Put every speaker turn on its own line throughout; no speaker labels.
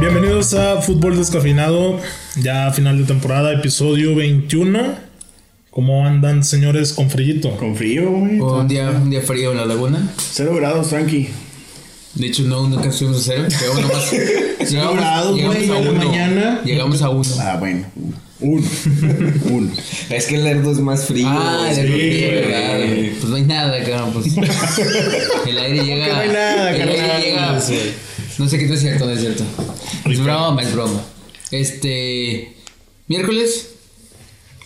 Bienvenidos a Fútbol Descafeinado, ya final de temporada, episodio 21. ¿Cómo andan, señores, con frillito?
Con frío, güey.
O un día, un día frío en la laguna.
Cero grados, tranqui.
De hecho, no, nunca estuvimos a cero. Llegamos nomás. Llegamos,
grados,
llegamos
güey,
a
en la
uno.
mañana.
Llegamos a uno.
Ah, bueno. Uno. Uno.
Es que el Erdo es más frío.
Ah,
güey.
de
güey.
verdad, güey. Pues no hay nada, cabrón. Pues. El aire llega.
no hay nada,
el
carnal?
aire llega.
Sí.
No sé qué no es cierto, no es cierto. Es broma, es broma. Este. Miércoles.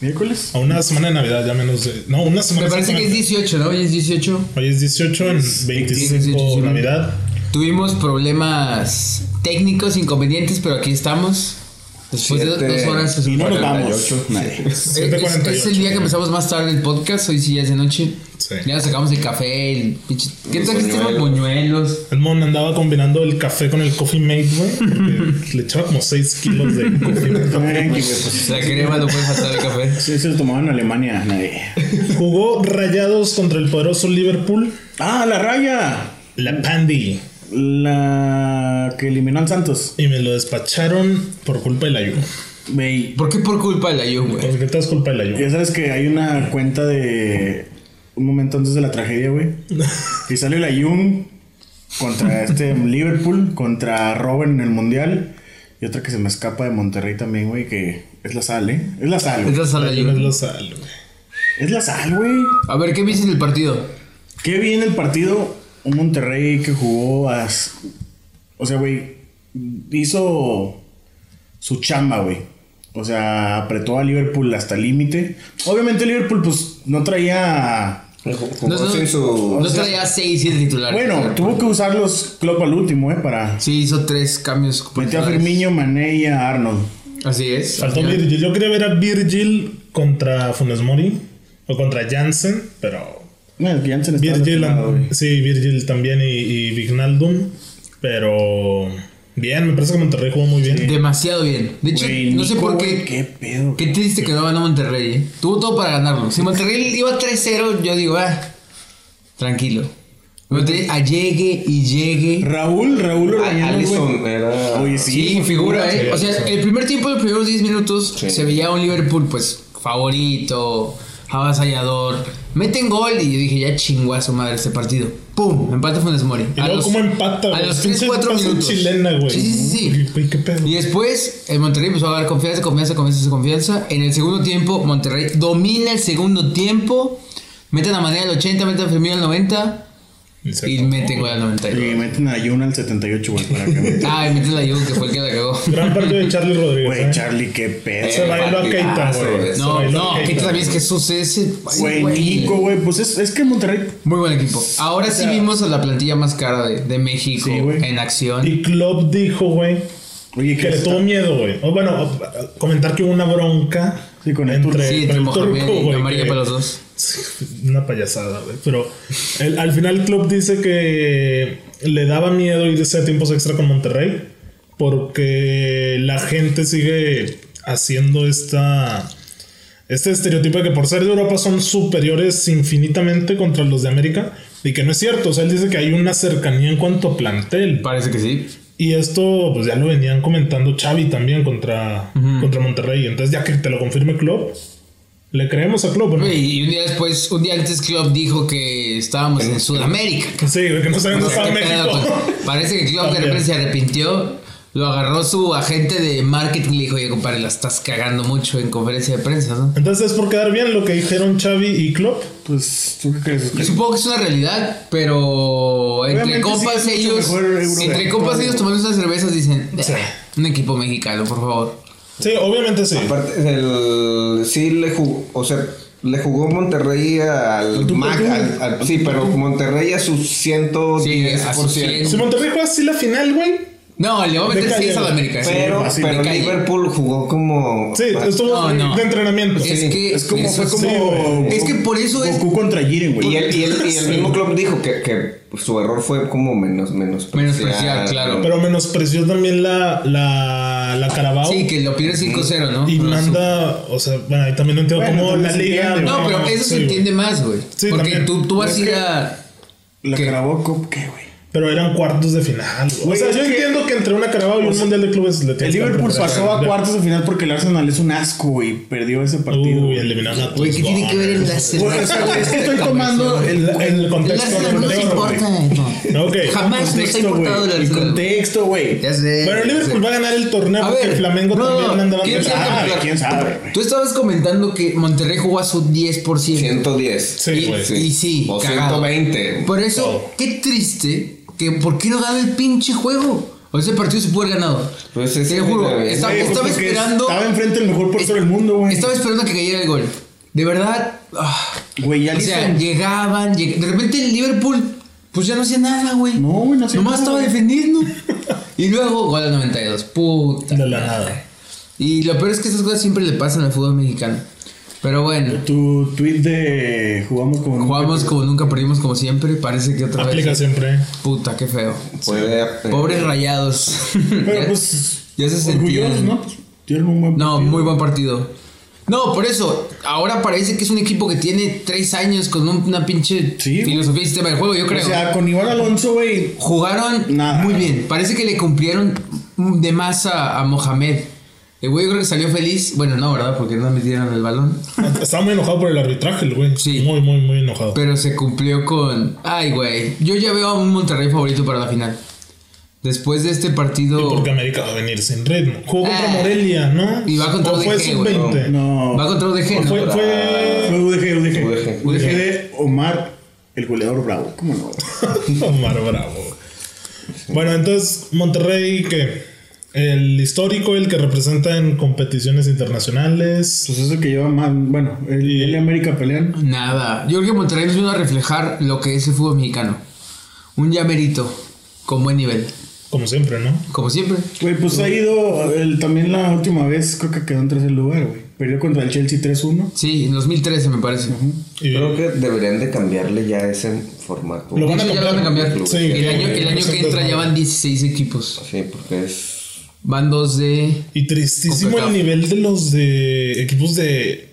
¿Miércoles?
A una semana de Navidad, ya menos de... No, una semana
Me parece que es
exactamente.
18, ¿no? Hoy es 18.
Hoy es 18, en 25
18,
Navidad.
Tuvimos problemas técnicos, inconvenientes, pero aquí estamos. Después Pues de
Siete.
dos horas. se
Y no nos
supone.
vamos.
Es,
Siete
es-
cuarenta y
es el día que empezamos más tarde el podcast, hoy sí ya es de noche.
Sí.
Ya sacamos el café, el pinche. ¿Qué
Los
trajiste los
buñuelos.
buñuelos?
El mon andaba combinando el café con el coffee mate, güey. porque Le echaba como 6 kilos de coffee.
Tranqui, güey. Pues,
La crema no puede faltar el café.
sí, se lo tomaban en Alemania, nadie.
Jugó rayados contra el poderoso Liverpool.
Ah, la raya.
La Pandy.
La que eliminó al Santos.
Y me lo despacharon por culpa de la Juve.
Güey.
¿Por qué por culpa de la Yu, güey?
Porque todo es culpa de la Juve.
Ya sabes que hay una cuenta de un momento antes de la tragedia, güey. Y sale la Jung contra este Liverpool, contra Robin en el Mundial. Y otra que se me escapa de Monterrey también, güey, que es la sal, ¿eh? Es la sal. güey.
Esta es la
La Juve es
Yu.
lo sal, güey.
Es la sal, güey.
A ver, ¿qué viste del partido?
Qué bien el partido. Un Monterrey que jugó a... s- O sea, güey, hizo su chamba, güey. O sea, apretó a Liverpool hasta el límite. Obviamente Liverpool, pues, no traía...
Jugó
No, no,
sin su-
no traía 6, 7 titulares.
Bueno, tuvo que usar los Klopp al último, ¿eh? Para...
Sí, hizo tres cambios.
Metió a
puntuales.
Firmino, Mané y a Arnold.
Así es.
Faltó
Al final.
Virgil. Yo quería ver a Virgil contra Funes Mori o contra Jansen, pero
Bueno, que Jansen estaba
Virgil,
lesionado, güey.
sí, Virgil también y, y Vignaldum, pero bien, me parece que Monterrey jugó muy bien.
Demasiado bien. De hecho,
Güey,
no sé
Nico,
por
güey,
qué.
¿Qué pedo?
Qué triste que no ganó Monterrey, ¿eh? Tuvo todo para ganarlo. Si Monterrey iba 3-0, yo digo, ah, tranquilo. Monterrey a llegue y llegue.
Raúl, Raúl
Ah,
Orbañanos,
Allison
güey.
era.
Oye, sí.
Sí, figura, ¿eh?
sí,
O sea,
sí.
el primer tiempo, los primeros 10 minutos,
Sí.
se veía un Liverpool, pues, favorito, avasallador. Meten gol y yo dije, ya chingó a su madre este partido. ¡Pum! Empata Funes Mori.
Y luego cómo empata,
A
güey.
los
Pinche
3-4
pase
minutos.
chilena, güey.
Sí, sí, sí. sí.
Güey, qué pedo.
Y después el Monterrey empezó a dar confianza, confianza, confianza, confianza. En el segundo tiempo, Monterrey domina el segundo tiempo. Meten a Mané al 80, meten a Firmino al 90
Y se
y
acabó.
meten gol al 92.
Y meten a Jun al 78, güey, para que...
Ah, y meten la Juve que fue el que la cagó.
Gran partido de Charlie Rodríguez.
Güey,
¿eh?
Charlie, qué pedo.
Se bailó a Keita,
partidazo,
güey.
güey.
Se
No,
bailó a
no,
Keita.
que también es que sucede
Güey, Nico, güey, pues es, es que Monterrey...
Muy buen equipo. Ahora sí vimos a la plantilla más cara de, de México
Sí, güey.
en acción.
Y Klopp dijo, güey,
Oye,
que
¿qué
le
está-
tuvo miedo, güey. O bueno, o- comentar que hubo una bronca
Sí, con el turco.
Sí, entre
con el
Mohamed
turco,
y
güey,
amarilla
que-
para los dos.
Una payasada, güey. Pero el- al final Club dice que le daba miedo irse a tiempos extra con Monterrey porque la gente sigue haciendo esta este estereotipo de que por ser de Europa son superiores infinitamente contra los de América y que no es cierto. O sea, él dice que hay una cercanía en cuanto a plantel.
Parece que sí.
Y esto, pues ya lo venían comentando Xavi también contra, contra Monterrey. Entonces, ya que te lo confirme Club, le creemos a Club, ¿no?
Güey, Y un día después, un día antes, Klopp dijo que estábamos en Sudamérica.
Sí, güey, que no sabemos
O sea,
a
qué pedo
México.
con- Parece que Klopp de
También.
repente se arrepintió. Lo agarró su agente de marketing y le dijo, oye, compadre, la estás cagando mucho en conferencia de prensa, ¿no?
Entonces es por quedar bien lo que dijeron Xavi y Klopp.
Pues, ¿tú qué crees?
Yo supongo que es una realidad, pero entre
Obviamente
compas
sí, mucho
ellos,
mejor Europa.
entre compas ellos tomando unas cervezas dicen, "Ah,
Sí.
un equipo mexicano, por favor.
Sí, obviamente sí.
Aparte, el, sí le jugó. O sea, le jugó Monterrey al
tú,
Mac.
tú.
al- al- sí, pero Monterrey a su 110%.
Sí, a su 100.
Si Monterrey juega así la final, güey.
No, le voy a meter
Deja
6 a la
llegar.
América. sí.
Pero,
así
pero
me cae.
Liverpool jugó como.
Sí, estuvo
No, no.
de entrenamiento.
Es que,
Es como,
eso
fue
es-
como...
güey.
Es que por eso es
Goku contra Jiren, güey.
Y el, y el- y el mismo club dijo que, que su error fue como menos, menos
Menospreciar, claro.
Pero menospreció también la, la, la Carabao.
Sí, que lo pierde 5-0, ¿no?
Y
Pero su-
manda, o sea, bueno, ahí también no entiendo
Bueno,
cómo la
también se
liga.
entiende,
No, pero eso
sí,
se
güey.
entiende más, güey.
Sí,
Porque
también.
tú, tú vas a
Es
ir
que-
a.
La
¿Qué?
Carabao Cup, ¿qué, güey?
Pero eran cuartos de final. güey.
Güey,
o sea,
es
yo
que- Pues,
entiendo que entre una Carabao y un Mundial de Clubes le
El
tienes que dar
Liverpool
preferencia.
pasó a cuartos de final porque el Arsenal es un asco, güey. Perdió ese partido.
Uy,
güey.
eliminaron a
Güey, ¿qué tiene que ver el
Güey, o sea, güey, es que estoy tomando el,
El, el
El
contexto.
Arsenal no nos
anterior,
importa.
No, ok.
No. Jamás nos ha
contexto, güey.
importado el
El
Arsenal.
contexto, güey.
Ya sé.
güey. Bueno, el
ya sé.
Liverpool va a ganar el torneo
A
porque
ver,
Flamengo
no, no,
también andaba
¿quién
¿Quién sabe?
campeón.
¿Quién sabe? güey?
Tú estabas comentando que Monterrey jugó a su 10%.
110.
Sí, güey.
Y- y sí,
O
cagado.
120.
Por eso,
Oh.
Todo.
qué triste que por qué no gana el pinche juego. O ese partido se pudo haber ganado.
Pues es
Te
que-
lo juro,
güey,
estaba,
Güey, pues
estaba
porque
esperando.
Estaba enfrente del mejor portero del mundo, güey.
Estaba esperando que cayera el gol. De verdad. ah.
Güey, ya
o
le
sea,
hizo-
llegaban, lleg- de repente el Liverpool, pues ya no hacía nada, güey.
No, güey, no hacía
Nomás
nada,
estaba
güey.
defendiendo. y luego, gol al 92. Puta.
De la nada.
Y lo peor es que esas cosas siempre le pasan al fútbol mexicano. Pero bueno,
Tu tweet de jugamos como
jugamos como nunca, perdimos como siempre. Parece que otra
Aplica
vez.
siempre.
Puta, qué feo.
Puede.
Pobres rayados.
Pero
Ya-
pues.
ya se
orgullosos,
sentían.
¿no? Pues, dieron un buen
No,
partido.
muy buen partido. No, por eso, ahora parece que es un equipo que tiene tres años con un- una pinche
Sí.
filosofía y sistema de juego, yo creo.
O sea, con Iván Alonso, güey.
Jugaron
Nada.
muy bien. Parece que le cumplieron de más a, a Mohamed. El güey yo creo que salió feliz. Bueno, no, ¿verdad? Porque no metieron el balón.
Estaba muy enojado por el arbitraje, el güey.
Sí.
Muy, muy, muy enojado.
Pero se cumplió con... Ay, güey. Yo ya veo a un Monterrey favorito para la final. Después de este
Y
partido...
porque América va a venir sin ritmo. Jugó contra
Ah.
Morelia, ¿no?
Y va contra
O fue
UDG, güey.
sub-20.
No.
Va contra UDG, ¿no?
Fue, fue...
Fue UDG, UDG.
UDG.
UDG de Omar, el goleador bravo. ¿Cómo no? Pues
Omar Bravo. Bueno, entonces, Monterrey, que el histórico, el que representa en competiciones internacionales.
Pues eso que lleva más. Bueno, el el América pelean.
Nada. Yo creo que Monterrey nos vino a reflejar lo que es el fútbol mexicano. Un llamerito con buen nivel.
Como siempre, ¿no?
Como siempre.
Güey, pues ha ido. el- también la última vez creo que quedó en tercer lugar, güey. Perdió contra el Chelsea 3-1.
Sí, en 2013 me parece.
Y-
Creo que deberían de cambiarle ya ese formato.
Lo
De
van a
hecho, ya lo
cambiar.
van a cambiar.
Sí,
el,
que-
año, el año que entra ya van 16 equipos.
Sí, porque es.
Van dos de...
Y tristísimo
Concacaf.
el nivel de los de equipos de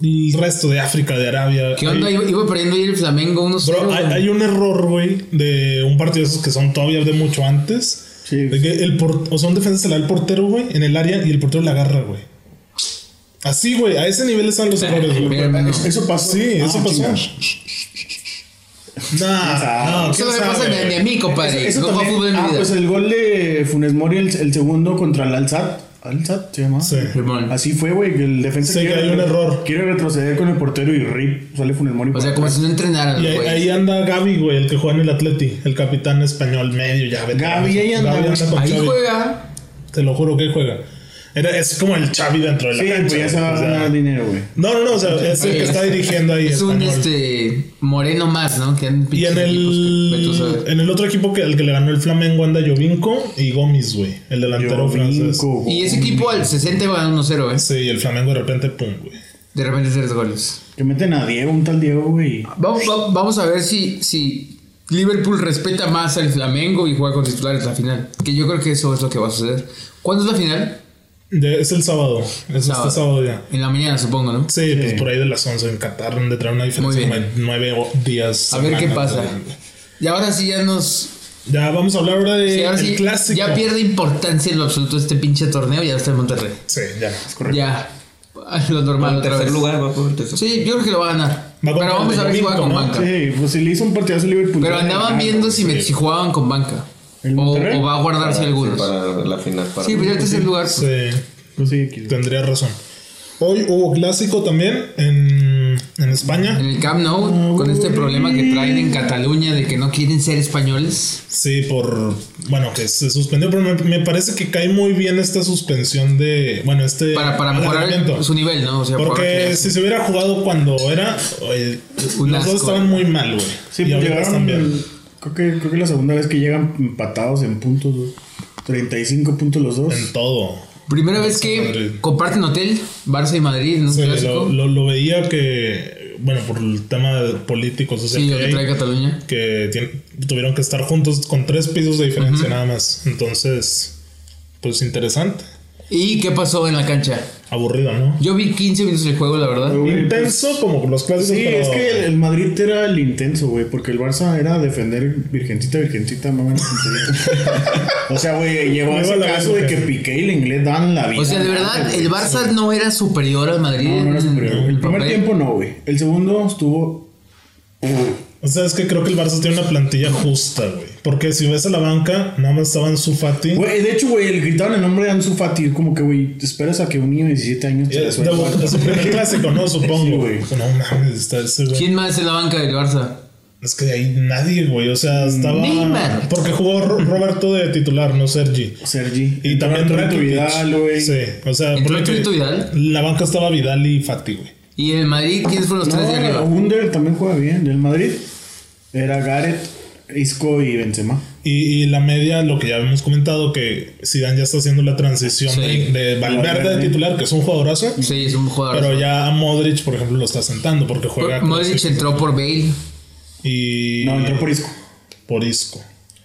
el resto de África, de Arabia.
¿Qué onda?
Hay-
Iba, iba perdiendo ayer el Flamengo unos
Bro, hay, hay un error, güey, de un partido de esos que son todavía de mucho antes.
Sí.
De que el por- o sea, un defensa se la da el portero, güey, en el área y el portero la agarra, güey. Así, güey, a ese nivel están los errores, güey.
Eso pasó.
Sí, eso
Ah,
pasó.
chinga.
Nah, no,
Eso me
¿quién
pasa
sabe?
ni a- ni a mí, compadre.
Eso
no juego
también-
fútbol en mi
ah,
vida.
pues
eh,
el gol de Funes Mori, el, el segundo contra el Alzat. Alzat se llama.
Sí.
Simón.
Así fue, güey, que el defensa
Sí, que hay un error.
quiere retroceder con el portero y rip, sale Funes Mori.
O sea,
por
como
atrás.
si no entrenaran.
Y ahí,
güey.
ahí anda Gaby, güey, el que juega en el Atleti, el capitán español medio, ya veterano.
Gaby, ahí anda,
Gaby anda con
Ahí
Xavi.
juega.
Te lo juro que juega. Era- es como el Xavi dentro de la
Sí,
cancha.
pues ya se va a
güey, o sea,
ganar dinero, güey.
No, no, no, o sea, es el que está dirigiendo ahí.
Es un
español.
este, moreno más, ¿no? Que han
Y en eh,
pinches equipos que- vete a
el,
saber.
en el otro equipo que el que le ganó el Flamengo anda Jovinko y Gómez, güey. El delantero francés.
Jovinko, güey.
Y ese equipo al 60 va ganando 1-0, ¿eh?
Sí, y el Flamengo de repente, pum, güey.
De repente tres goles.
Que meten a Diego, un tal Diego, güey.
Vamos, va- vamos a ver si, si Liverpool respeta más al Flamengo y juega con titulares la final. Que yo creo que eso es lo que va a suceder. ¿Cuándo es la final?
De- es el sábado. Es
Sábado.
este sábado ya.
En la mañana, supongo, ¿no?
Sí, pues por ahí de las 11 en Qatar, donde trae una diferencia
Muy
como
bien.
de nueve o- días.
A ver qué
semanas,
pasa.
güey.
Y ahora sí ya nos.
Ya vamos a hablar ahora de
sí, ahora
el
sí
clásico.
ya pierde importancia en lo absoluto este pinche torneo. Ya está en Monterrey.
Sí, ya.
Correcto.
Ya. Lo normal.
En
Otra
tercer
vez.
lugar va por el tercer
Sí, yo creo que lo va a ganar.
Va a
Pero
comprar
vamos
el
a ver si juega con
domingo, ¿no?
banca.
Sí, pues si le hizo un partidazo a Liverpool.
Pero andaban viendo si, me,
sí.
si jugaban con banca.
¿El
O,
Monterrey?
o va a guardarse
Sí,
algunos.
para la final. Para
Sí, pero ya el tercer lugar. pues,
Sí.
Pues sí, aquí-
Tendría razón. Hoy hubo clásico también en, en
En
España.
el Camp
Ah,
Nou, con este problema que traen en Cataluña de que no quieren ser españoles.
Sí, por. Bueno, que se suspendió, pero me, me parece que cae muy bien esta suspensión de. Bueno, este.
Para, para mejorar
alargamiento.
su nivel, ¿no? O sea,
Porque
por-
si se hubiera jugado cuando era. oye,
Un
los
asco.
dos estaban muy mal, güey. y
Sí, pues
ahorita están
llegaron.
bien.
Creo que, creo que la segunda vez que llegan empatados en puntos, güey. 35 puntos los dos.
En todo.
Primera vez
Madrid.
que comparten hotel, Barça y Madrid, ¿no?
Sí,
clásico.
lo, lo- lo veía que. Bueno, por el tema de político, social.
sí,
que
lo que
hay,
trae Cataluña.
que tien- tuvieron que estar juntos con tres pisos de diferencia nada más. Entonces, pues interesante.
¿Y qué pasó en la cancha?
Aburrido, ¿no?
Yo vi 15 minutos del juego, la verdad.
Intenso como los clásicos.
Sí,
pero-
es que el, el Madrid era el intenso, güey, porque el Barça era defender virgencita, virgencita, mamá. virgencita. o sea, güey, llegó a
Luego
ese
la
caso de
gasolina.
que Piqué y el inglés dan la vida.
O sea, de verdad, el Barça no era superior al Madrid.
No, no era
en-
superior.
en
El primer
papel.
tiempo no, güey. El segundo estuvo. Uh,
O sea, es que creo que el Barça tiene una plantilla justa, güey. Porque si ves a la banca, nada más estaban Sufati.
güey, de hecho, güey, le gritaban el nombre de Ansu Fati. Como que, güey, te esperas a que un niño de 17 años te la
Es
suelte.
Eh, de su primer clásico, ¿no? Supongo.
Sí, güey.
no mames, está ese, güey.
¿Quién más en la banca del Barça?
Es que ahí nadie, güey. O sea, estaba.
Neymar.
Porque jugó Ro- Roberto de titular, no Sergi.
Sergi.
Y también
Entró Arturo
Rakitic.
Vidal, güey.
Sí, o sea,
¿Entró
porque
Arturo Vidal?
La banca estaba Vidal y Fati, güey.
¿Y en el Madrid quiénes fueron los tres de
No,
arriba?
Under también juega bien. Del Madrid era Gareth, Isco y Benzema.
Y, y la media, lo que ya habíamos comentado, que Zidane ya está haciendo la transición
Sí.
de, de Valverde
Valverde.
de titular, que es un jugadorazo.
Sí, es un jugador.
Pero ya a Modric, por ejemplo, lo está sentando porque juega. con-
Modric entró por Bale,
Y.
No, entró por Isco.
por Isco.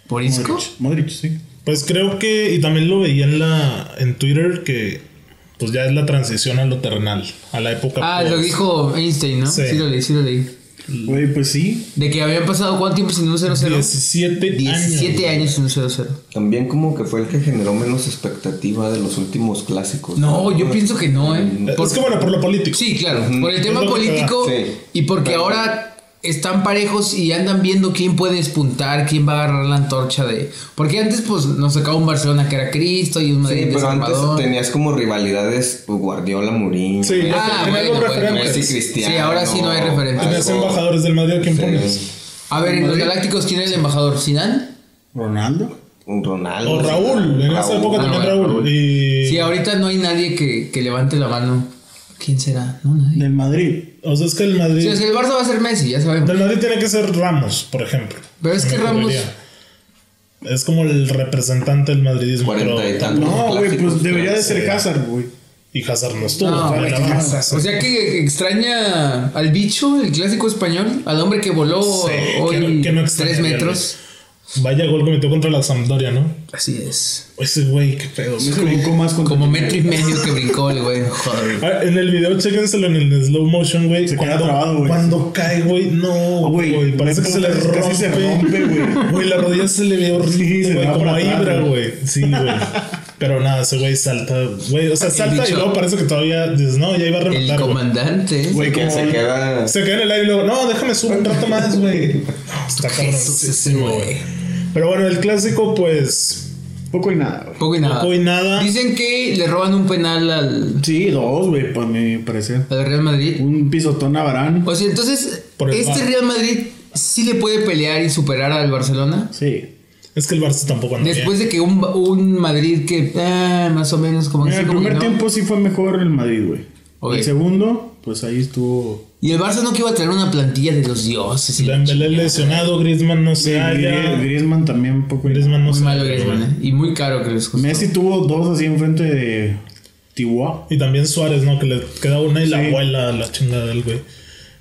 por Isco.
Modric, Modric, sí.
Pues creo que, y también lo veía en la en Twitter, que pues ya es la transición a lo terrenal, a la época.
Ah,
post.
lo dijo Einstein, ¿no? Sí.
Sí.
lo leí, sí lo leí.
Güey, pues sí.
De que habían pasado cuánto tiempo sin un 0-0?
17,
17
años.
años sin un 0-0.
También como que fue el que generó menos expectativa de los últimos clásicos.
No, yo pienso que no, ¿eh?
Es que bueno, por lo político.
Sí, claro. Por el tema
Es lo que te da.
político
Sí.
y porque ahora están parejos y andan viendo quién puede despuntar, quién va a agarrar la antorcha de... Porque antes pues nos sacaba un Barcelona que era Cristo y un Madrid
Sí,
de
pero antes
Salvador.
tenías como rivalidades Guardiola, Mourinho.
Sí,
Messi,
Ah,
bueno,
algo
bueno,
referente.
Messi,
sí,
Cristiano.
sí, ahora sí no hay referente.
Tenías
algo.
embajadores del Madrid, ¿a quién pones?
Sí.
A ver, en los Galácticos, ¿quién era el embajador? ¿Sinan?
Ronaldo.
Un Ronaldo.
O Raúl, en esa
Raúl.
época
Ah,
también
bueno,
Raúl.
Raúl.
Y,
Sí, ahorita no hay nadie que, que levante la mano. ¿Quién será? No, nadie.
Del Madrid.
O sea, es que el Madrid.
Sí, o sea, el Barça va a ser Messi, ya sabemos.
Del Madrid tiene que ser Ramos, por ejemplo.
Pero es que
Me
Ramos-
ocurriría. Es como el representante del madridismo.
Cuarenta
pero-
y tantos
No, güey,
clásicos,
pues debería de ser
sí.
Hazard, güey.
Y Hazard no estuvo.
No,
fue
güey,
la
no.
baja.
O sea que extraña al bicho, el clásico español, al hombre que voló
Sí, que
hoy
no- que no
tres
extraña,
metros.
Vaya gol que metió contra la Sampdoria, ¿no?
Así es.
Ese güey, qué pedo.
Es que brincó más con
Como metro y medio que brincó el güey. Joder.
Ah, En el video, chéquenselo en el slow motion, güey.
Se queda
cuando,
trabado, güey.
Cuando cae, güey, no,
Ah, güey,
güey. parece que se le rompe.
casi se rompe, güey.
Güey, la rodilla se le ve
Sí,
horrible,
se
güey.
va
Como
para atrás,
Ibra,
güey.
güey. Sí, güey. Pero nada, ese güey salta, güey. O sea, salta y
bicho.
luego parece que todavía dices, no, ya iba a
El
rematar, güey.
comandante. ¿eh?
Que
Güey, como
se queda.
Se queda en el aire y luego, no, déjame subir un rato más, güey. No, Está
Jesús, ese
cabroncísimo,
güey.
güey. Pero bueno, el clásico, pues.
Poco y nada, güey.
Poco y nada.
Poco y nada.
Dicen que le roban un penal al,
Sí, dos, güey, para mi parecer.
al Real Madrid.
Un pisotón a Varane.
O sea, entonces,
Por el
este
VAR.
Real Madrid sí le puede pelear y superar al Barcelona.
Sí.
Es que el Barça tampoco anda bien.
Después de que un, un Madrid que ah, más o menos como que
Mira,
sí,
el
como que
primer
no.
tiempo sí fue mejor el Madrid, güey.
Ok.
El segundo, pues ahí estuvo.
Y el Barça no que iba a traer una plantilla de los dioses. y la
Dembélé lesionado, Griezmann no se halla.
Gri- Griezmann también poco. y nada.
Ah, Griezmann no
Muy
se
malo
halla,
Griezmann,
güey.
¿eh? Y muy caro que les costó.
Messi tuvo dos así enfrente de Tiwa.
Y también Suárez, ¿no? Que le queda una y la
Sí.
abuela la chingada del güey.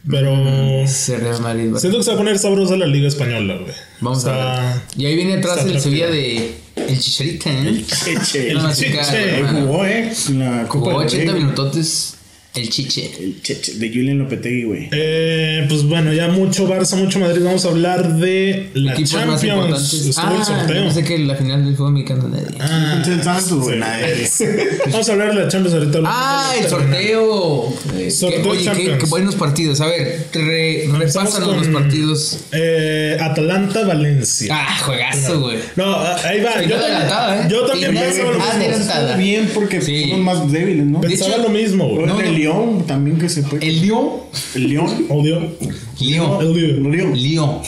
Pero.
Ese Real Madrid. va-
Siento que se va a poner sabrosa la Liga Española, güey.
Vamos a ver. Y ahí viene atrás
está
el
atractivo.
Sevilla de... El Chicharita, ¿eh?
Cheche.
No, no, sí,
Chiche.
claro,
Eh,
hermano.
jugó, eh. en La Copa
Jugó
del
80
Rey.
minutotes. El Chiche.
El Cheche de Julian Lopetegui, güey.
Eh, pues bueno, ya mucho Barça, mucho Madrid. Vamos a hablar de la
Equipos más
Champions.
importantes.
Estuvo el
Ah,
sorteo.
no sé que la final del juego mexicano nadie.
Ah,
Entonces, el Santos, güey.
sí.
Nadie.
Vamos a hablar de la Champions ahorita.
Ah, el
Terminar.
sorteo. Eh,
Sorteo
qué- oye, qué,
Champions.
qué buenos partidos. A ver, re-
Empezamos
repásanos los
con,
partidos.
Eh, Atalanta-Valencia.
Ah, juegazo, güey.
No, ah, ahí va.
Final
Yo,
adelantada, ¿eh?
también, yo también
Final
pensaba lo mismo.
adelantada.
Está bien porque
Sí.
somos más débiles, ¿no?
De
Pensaba
hecho,
lo mismo, güey.
Bueno,
no,
el
no.
León también que se fue.
El Lyon.
El León.
Odio.
Lyon.
Odio.
León.
Lyon.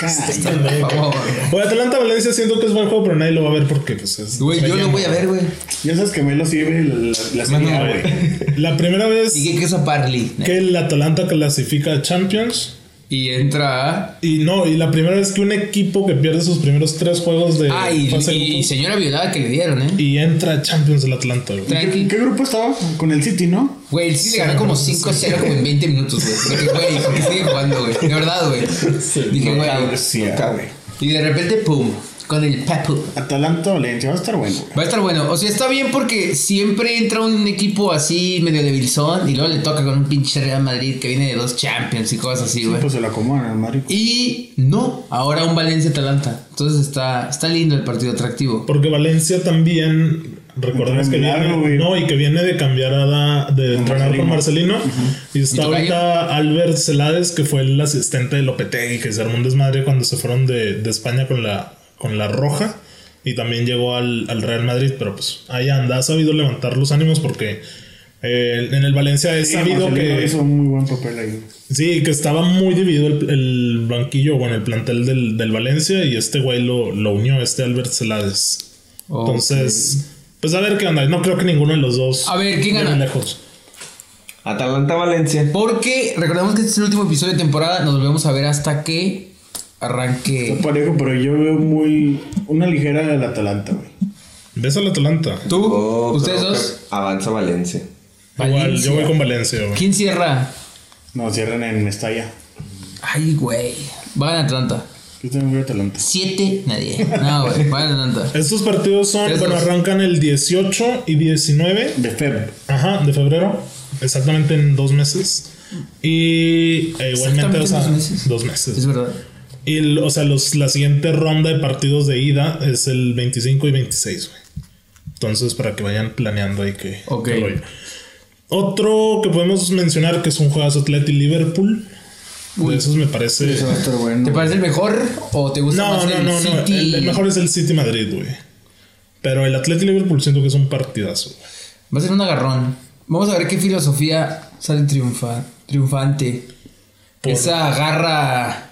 Cállate.
Por favor.
Oye, Atalanta-Valencia siento que es buen juego, pero nadie lo va a ver porque pues es...
Güey, yo lo voy a ver, güey.
Ya sabes que Melo sirve la, la- la serie A,
Mándame.
güey.
La primera vez
Y que queso Parley.
que el Atalanta clasifica a Champions.
Y entra.
Y no, y la primera vez que un equipo que pierde sus primeros tres juegos de
Ah, y,
fase de
y- y
grupos
señora violada que le dieron, ¿eh?
y entra a Champions del Atalanta, güey.
¿Qué,
Tranqui.
qué grupo estaba? Con el City, ¿no?
Güey, sí le ganó como 5-0 como en 20 minutos, güey. Dije, güey, ¿por qué sigue jugando, güey? De verdad, güey. Dije, güey.
Sí,
Cabe.
Y de repente, pum, con el papu.
Atalanta Valencia va a estar bueno, güey.
Va a estar bueno. O sea, está bien porque siempre entra un equipo así medio debilzón y luego le toca con un pinche Real Madrid que viene de dos Champions y cosas así, güey.
Pues se lo acomodan al Madrid.
Y no, ahora un Valencia-Atalanta. Entonces está, está lindo el partido atractivo.
Porque Valencia también, recordemos que
Claro,
viene,
güey.
no, y que viene de cambiar a da- de entrenar con Marcelino. Y
¿Y
está
tocayo?
ahorita Albert Celades, que fue el asistente de Lopetegui, que se armó un desmadre cuando se fueron de, de España con la, con la Roja. Y también llegó al, al Real Madrid, pero pues ahí anda, ha sabido levantar los ánimos porque eh, en el Valencia es
Sí,
sabido
Marcelino
que...
hizo un muy buen papel ahí. güey.
Sí, que estaba muy dividido el, el banquillo, bueno, el plantel del, del Valencia y este güey lo, lo unió, este Albert Celades.
Ok.
Entonces, pues a ver qué onda. No creo que ninguno de los dos.
A ver, ¿quién
lleguen
gana?
Lejos.
Atalanta-Valencia.
Porque recordemos que este es el último episodio de temporada. Nos volvemos a ver hasta que
Está
arranque.
parejo, pero yo veo muy. Una ligera del Atalanta, güey.
Ves al Atalanta.
¿Tú?
Oh,
¿Ustedes
creo
dos?
que Avanza Valencia.
Igual,
Valencia.
yo voy con Valencia, güey.
¿Quién cierra?
No, cierran en Mestalla.
Ay, güey. Va a ganar Atlanta.
Yo también veo Atalanta.
Siete, nadie. No, güey. Va a ganar Atlanta.
Estos partidos son,
Tres,
bueno,
dos.
arrancan el 18 y 19
De Feb.
ajá, de febrero, exactamente en dos meses. Y eh, igualmente,
Exactamente
o sea,
en dos meses.
dos meses.
Es verdad.
Y, el- o sea, los, la siguiente ronda de partidos de ida es el 25 y 26, güey. Entonces, para que vayan planeando ahí que,
Ok.
que rollo. Otro que podemos mencionar que es un juegazo Atleti Liverpool. De esos me parece.
Eso va a estar bueno.
¿Te parece el mejor o te gusta
No,
más
no,
el
no, no.
City?
El, el mejor es el City Madrid, güey. Pero el Atleti Liverpool siento que es un partidazo. güey.
Va a ser un agarrón. Vamos a ver qué filosofía sale triunfa, triunfante.
Por-
Esa garra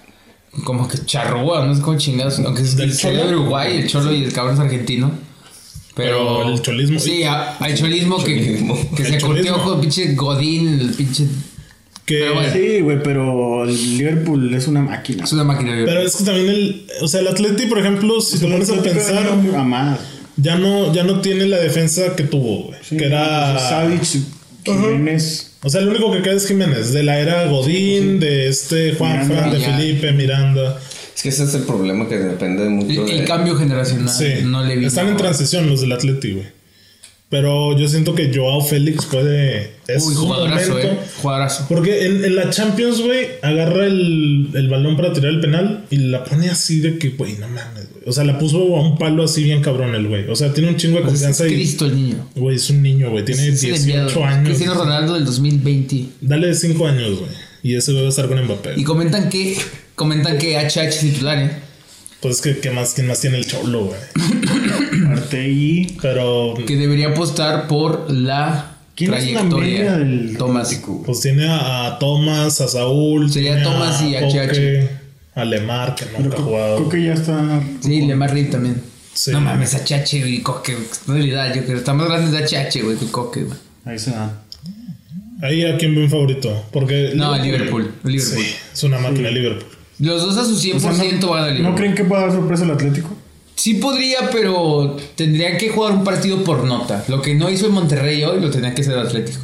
como que charrúa, no es como chingados. Aunque es
Del
del cholo
Cholo.
Uruguay, el cholo y el cabrón es argentino. Pero,
Pero el cholismo-
Sí, a- hay cholismo, que-
Cholismo.
que,
El
se corteó
cholismo.
con el pinche Godín, el pinche.
Que,
Pero bueno.
Sí, güey, pero el Liverpool es una máquina.
Es una máquina de
Pero es que también el. O sea, el Atleti, por ejemplo, si te pones a pensar,
A más.
ya no, ya no tiene la defensa que tuvo, güey.
Sí,
que era.
Savic, Jiménez.
O sea, lo único que queda es Jiménez, de la era Godín, de este Juan
Miranda.
de
Ya.
Felipe, Miranda.
Es que ese es el problema que depende
El,
mucho de...
el cambio generacional
Sí.
no le vi.
Están en transición los del Atleti, güey. Pero yo siento que Joao Félix puede. Es
Uy,
su
jugadorazo,
momento.
eh. Jugadorazo.
Porque en, en la Champions, güey, agarra el, el balón para tirar el penal y la pone así de que, güey, no mames, güey. O sea, la puso a un palo así bien cabrón el güey. O sea, tiene un chingo de
Pues es
confianza y.
Cristo el niño.
Güey, es un niño, güey. Tiene
Es el enviado.
18 años.
Cristiano Ronaldo del 2020.
Dale 5 años, güey. Y ese güey va a estar con Mbappé.
Y comentan que comentan que HH es titular, ¿eh?
Pues es que, ¿qué más, ¿quién más tiene el cholo, güey?
Artegui.
Pero,
Que debería apostar por la
¿Quién es la media
trayectoria.
del
Tomás.
pues tiene a, a Thomas, a Saúl.
Sería
tiene
Thomas y a
Coque,
Chachi.
A Lemar, que
Pero
nunca ha
creo, creo
jugado.
que ya está.
Sí, Lemar Reed también.
Sí.
No mames, a Chache, güey, Coque. En realidad, yo creo. Está más grande de Chache, güey, que Coque, güey.
Ahí se da.
Ahí a quién ven favorito. Porque.
No, a Liverpool. a Liverpool.
Sí, es una máquina Liverpool.
Los dos a su 100%
O sea,
van a Liverpool.
¿No creen que pueda dar sorpresa el Atlético?
Sí podría, pero tendría que jugar un partido por nota. Lo que no hizo el Monterrey hoy lo tenía que hacer el Atlético.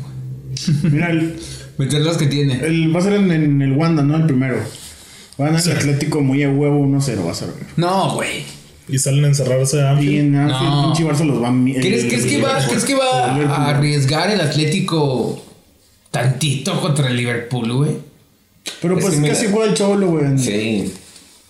Mira, el,
Meter las que tiene.
el- va a ser en, en el Wanda, ¿no? El primero. Va a ganar el Atlético muy a huevo 1-0, va a ser. güey.
No, güey.
Y salen a encerrarse a
Y
Anfield.
en Anfield,
No.
pinche Barça los va a. mi-
¿Crees,
el-
crees que
el-
va,
el-
crees que va
el Eh, pues, Liverpool.
a arriesgar el Atlético tantito contra el Liverpool, güey?
Pero pues
Es que
casi
mira-
juega el Cholo, güey.
Sí.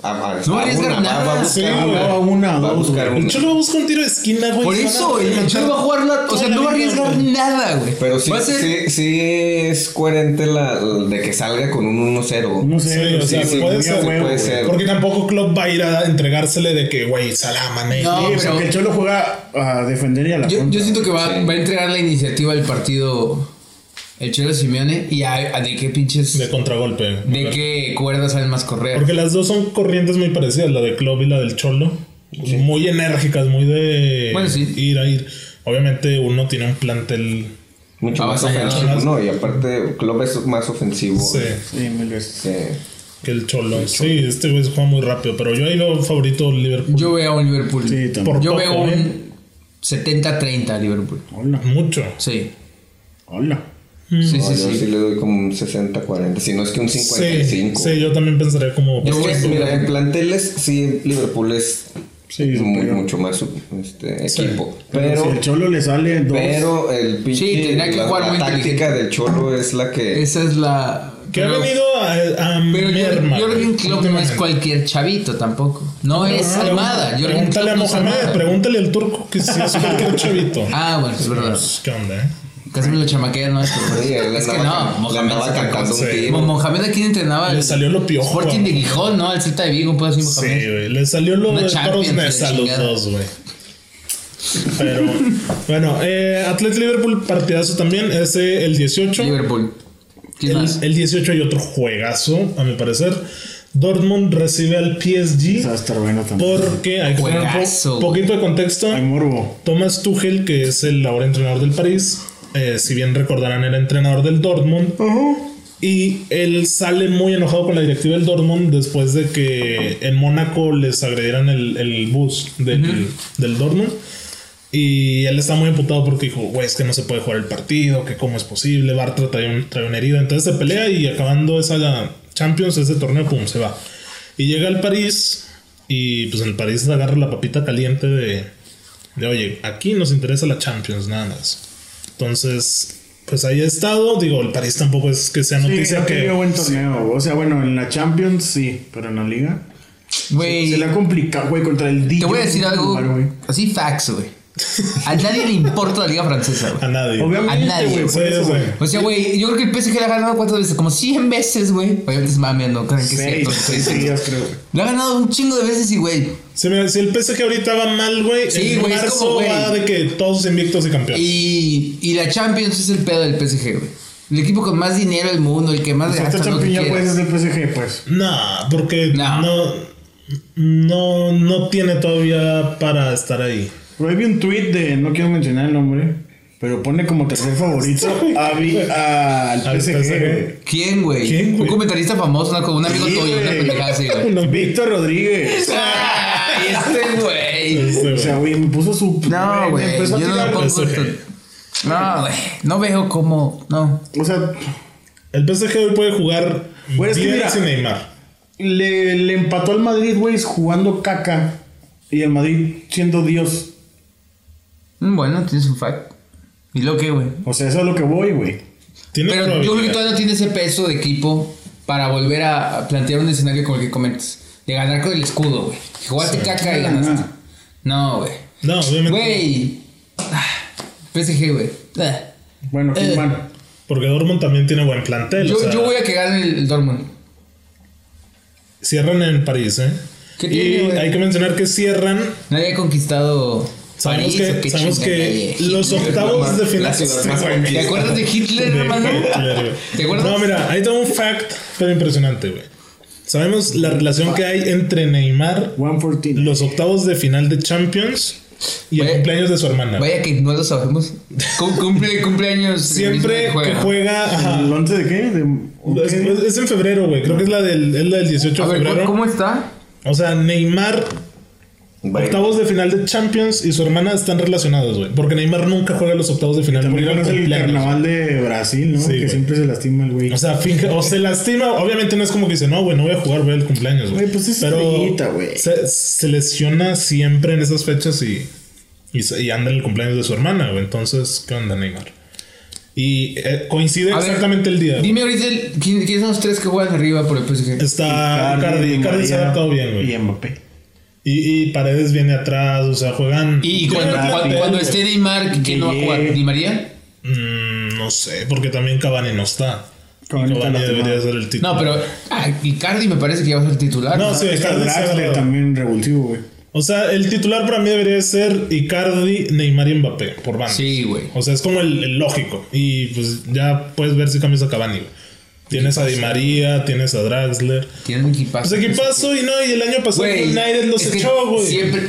A- a-
No
a
arriesgan
una, va-
nada.
Va a buscar
Sí,
una.
güey.
A una,
va a
dos,
buscar
El
una.
cholo busca un tiro de esquina, güey.
Por
Se van a
eso, el
levantar
Cholo va a jugar la... O
toda
sea,
la
no va a
vida,
arriesgar
güey.
nada, güey.
Pero sí,
va a ser...
sí, sí es coherente la, de que salga con un 1-0.
1-0.
Sí, o sea,
sí,
puede
muy a
ser,
huevo,
puede
güey.
ser.
Porque tampoco Klopp va a ir a entregársele de que, güey, salama, eh.
No,
Sí,
pero-
porque el Cholo juega a defender y a la
Yo,
contra.
yo siento que va,
Sí.
va a entregar la iniciativa al partido el Cholo Simeone y a, a de qué pinches...
De
De,
contragolpe.
qué cuerdas salen más correr.
Porque las dos son corrientes muy parecidas, la de Club y la del Cholo. Muy enérgicas, muy de
Bueno, sí.
ir a ir. Obviamente uno tiene un plantel...
Mucho más
Avasallador.
ofensivo. No, y aparte, Klopp es más ofensivo. Este,
Sí,
Sí, mil veces.
que-
que el Cholo. Sí, este güey juega muy rápido, pero yo ahí veo favorito Liverpool.
Yo veo a un Liverpool.
Sí, también.
Por
Yo
poco,
veo
¿eh?
un 70-30 Liverpool.
Hola,
Mucho.
Sí.
hola.
Sí,
No,
sí,
yo
sí.
sí le doy como un 60-40, si no es que un
Sí,
55.
sí, yo también pensaría como.
Es
Yo
que,
voy-
mira, en planteles sí, Liverpool es
Sí,
muy,
superior.
mucho más este,
Sí.
equipo.
Pero, si
Pero,
el Cholo le sale dos.
pero el pinche.
Sí, tendría que
la,
jugar
la
muy
táctica
inteligente.
del Cholo es la que.
Esa es la.
Que
pero-
ha venido a, a
Pero Jor-
merma.
Jorgen
güey,
Klopp no es
últimamente. Ah,
cualquier chavito tampoco. No es
No,
Almada. Jorgen Klopp
Pregúntale a
no es
Mohamed,
Almada.
pregúntale al turco que si es cualquier chavito.
Ah, bueno, es verdad.
Pues, ¿Qué onda, eh?
Casi me lo chamaquea, no es, pero-
Sí, él
es que
andaba-
no.
le
Mohamed,
andaba
saca-
cantando un
sí.
tiro.
Mo- Mohamed aquí entrenaba.
Le
el
salió lo piojo.
Sporting
a
de Gijón, ¿no? Al Celta de Vigo, puedo decir
Sí,
Mohamed.
güey. Le salió lo
Una
de
Champions,
toros Ness
la
a los
chingada.
dos, güey. Pero bueno, eh, Athletic Liverpool, partidazo también. Ese el 18.
Liverpool. ¿Quién
El,
más?
el 18 hay otro juegazo, a mi parecer. Dortmund recibe al PSG.
Esa pues, va a estar bueno también.
Porque hay que poner un
Juegazo,
po-
güey.
poquito de contexto.
Hay morbo.
Thomas Tuchel, que es el ahora entrenador del París, eh, si bien recordarán era entrenador del Dortmund, y él sale muy enojado con la directiva del Dortmund después de que en Mónaco les agredieran el, el bus del, del Dortmund. Y él está muy emputado porque dijo, güey, es que no se puede jugar el partido, que cómo es posible, Bartra trae, un, trae una herida. Entonces se pelea y acabando esa Champions, ese torneo, pum, se va. Y llega al París y pues en el París agarra la papita caliente de, de, oye, aquí nos interesa la Champions, nada más. Entonces, pues ahí ha estado. Digo, el París tampoco es que sea
Sí,
noticia
ha
que...
tenido buen torneo. O sea, bueno, en la Champions sí, pero en la Liga.
Güey,
Se le ha complicado, güey, contra el Dijon.
te voy a decir algo
Claro, güey.
así facts, güey. A nadie le importa la liga francesa,
A
güey.
nadie.
Obviamente,
A nadie.
güey, por
Sí,
eso,
güey.
güey.
O sea, güey, yo creo que el PSG le ha ganado cuántas veces, como 100 veces, güey. Obviamente es mame, no crean que es cierto.
Seis, seis días, creo. güey.
Le ha ganado un chingo de veces y, güey,
Si, me- si el PSG ahorita va mal, güey,
Sí,
en
güey, es
marzo
como, güey.
va de que todos invictos y campeones.
Y, y la Champions es el pedo del PSG, güey. El equipo con más dinero del mundo, el que más
O sea, Pues esta
gasta, lo que
champiña puede
quieras.
ser del PSG, pues.
Nah, porque
Nah.
no, no, no tiene todavía para estar ahí.
Pero ahí vi un tweet de, no quiero mencionar el nombre, pero pone como tercer favorito a Vi- a- al
Al
PSG. güey.
¿ Quién, güey?
¿Quién, güey?
Un comentarista famoso, ¿no? Como un amigo
Sí,
tuyo, una
güey.
pendejada así, güey.
Víctor Rodríguez.
Ay, este güey.
Este,
O sea, güey, me puso su.
No,
me
güey.
empezó a
Yo no
tirar-
le pongo.
PSG.
tu- No, güey. No veo cómo. No.
O sea,
El PSG hoy puede jugar
Güey, es que
bien
mira.
sin Neymar.
le, le empató al Madrid, güey, jugando caca. Y el Madrid siendo Dios.
Mm, Bueno, tienes un fact. ¿Y lo que, güey?
O sea, eso es a lo que voy, güey.
Tiene
Pero yo creo que
probabilidad.
todavía no tiene ese peso de equipo para volver a a plantear un escenario como el que comentas. De ganar con el escudo, güey. Jugaste caca y ganaste. No, güey.
No, obviamente.
Güey. Ah, PSG, güey. Ah.
Bueno,
Eh.
qué mal.
Porque Dortmund también tiene buen plantel. o
Yo,
sea,
yo voy a que gane el, el Dortmund.
Cierran en París, ¿eh?
¿Qué
y
tiene, güey?
hay que mencionar que cierran.
Nadie ha conquistado.
Sabemos
París,
que-
o qué
sabemos
chingada,
que
güey.
los octavos de final.
La ciudad más
Güey,
¿Te acuerdas de Hitler,
de
hermano?
Hitler, güey.
¿Te acuerdas?
No, mira, ahí tengo un fact, pero impresionante, güey. Sabemos la relación que hay entre Neymar,
114.
los octavos de final de Champions y el
Güey.
cumpleaños de su hermana. güey.
Vaya que no lo sabemos. Cum- Cumple cumpleaños. el
Siempre
mismo
que juega. ajá.
¿El 11 de qué? De, ¿o
Es,
qué?
es en febrero, güey. Creo que es la del, es la del 18
A
de
ver,
febrero.
¿cómo- ¿cómo está?
O sea, Neymar,
Bueno,
octavos de final de Champions y su hermana están relacionados, güey. Porque Neymar nunca juega los octavos de final. por
También
ir al
conoce el
cumpleaños.
carnaval de Brasil, ¿no?
Sí,
que
güey.
siempre se lastima el güey.
O sea, finge- o se lastima. Obviamente no es como que dice, no, güey, no voy a jugar, voy al cumpleaños, güey.
Güey, pues es estrellita, güey.
Se, se lesiona siempre en esas fechas y, y, se- y anda en el cumpleaños de su hermana, güey. Entonces, ¿qué onda, Neymar? Y eh, coincide
A ver,
exactamente el día. güey.
Dime ahorita el- quién- quiénes son los tres que juegan arriba por el PSG.
Está Cardi, Cardi se ha adaptado bien, güey.
Y Mbappé.
Y, y Paredes viene atrás, o sea, juegan.
Y cuando,
Gerard,
cuando,
Gerard,
cuando
güey.
esté Neymar, ¿quién no va a jugar?
Gueye.
¿Di María?
Mm, no sé, porque también Cavani no está.
Cavani
Cavani,
está lastimado.
debería ser el titular.
No, pero ah, Icardi me parece que ya va a ser titular.
No, sí,
Está
Icardi se
Draxler
va-
también revulsivo, güey.
O sea, el titular para mí debería ser Icardi, Neymar y Mbappé por banda.
Sí, güey.
O sea, es como el, el lógico. Y pues ya puedes ver si cambias a Cavani. güey. Tienes a Di María, tienes a Draxler.
Tiene un equipazo.
Pues aquí pasó y no, y el año pasado
Ah, Güey,
el United los
es que
echó, güey.
Siempre.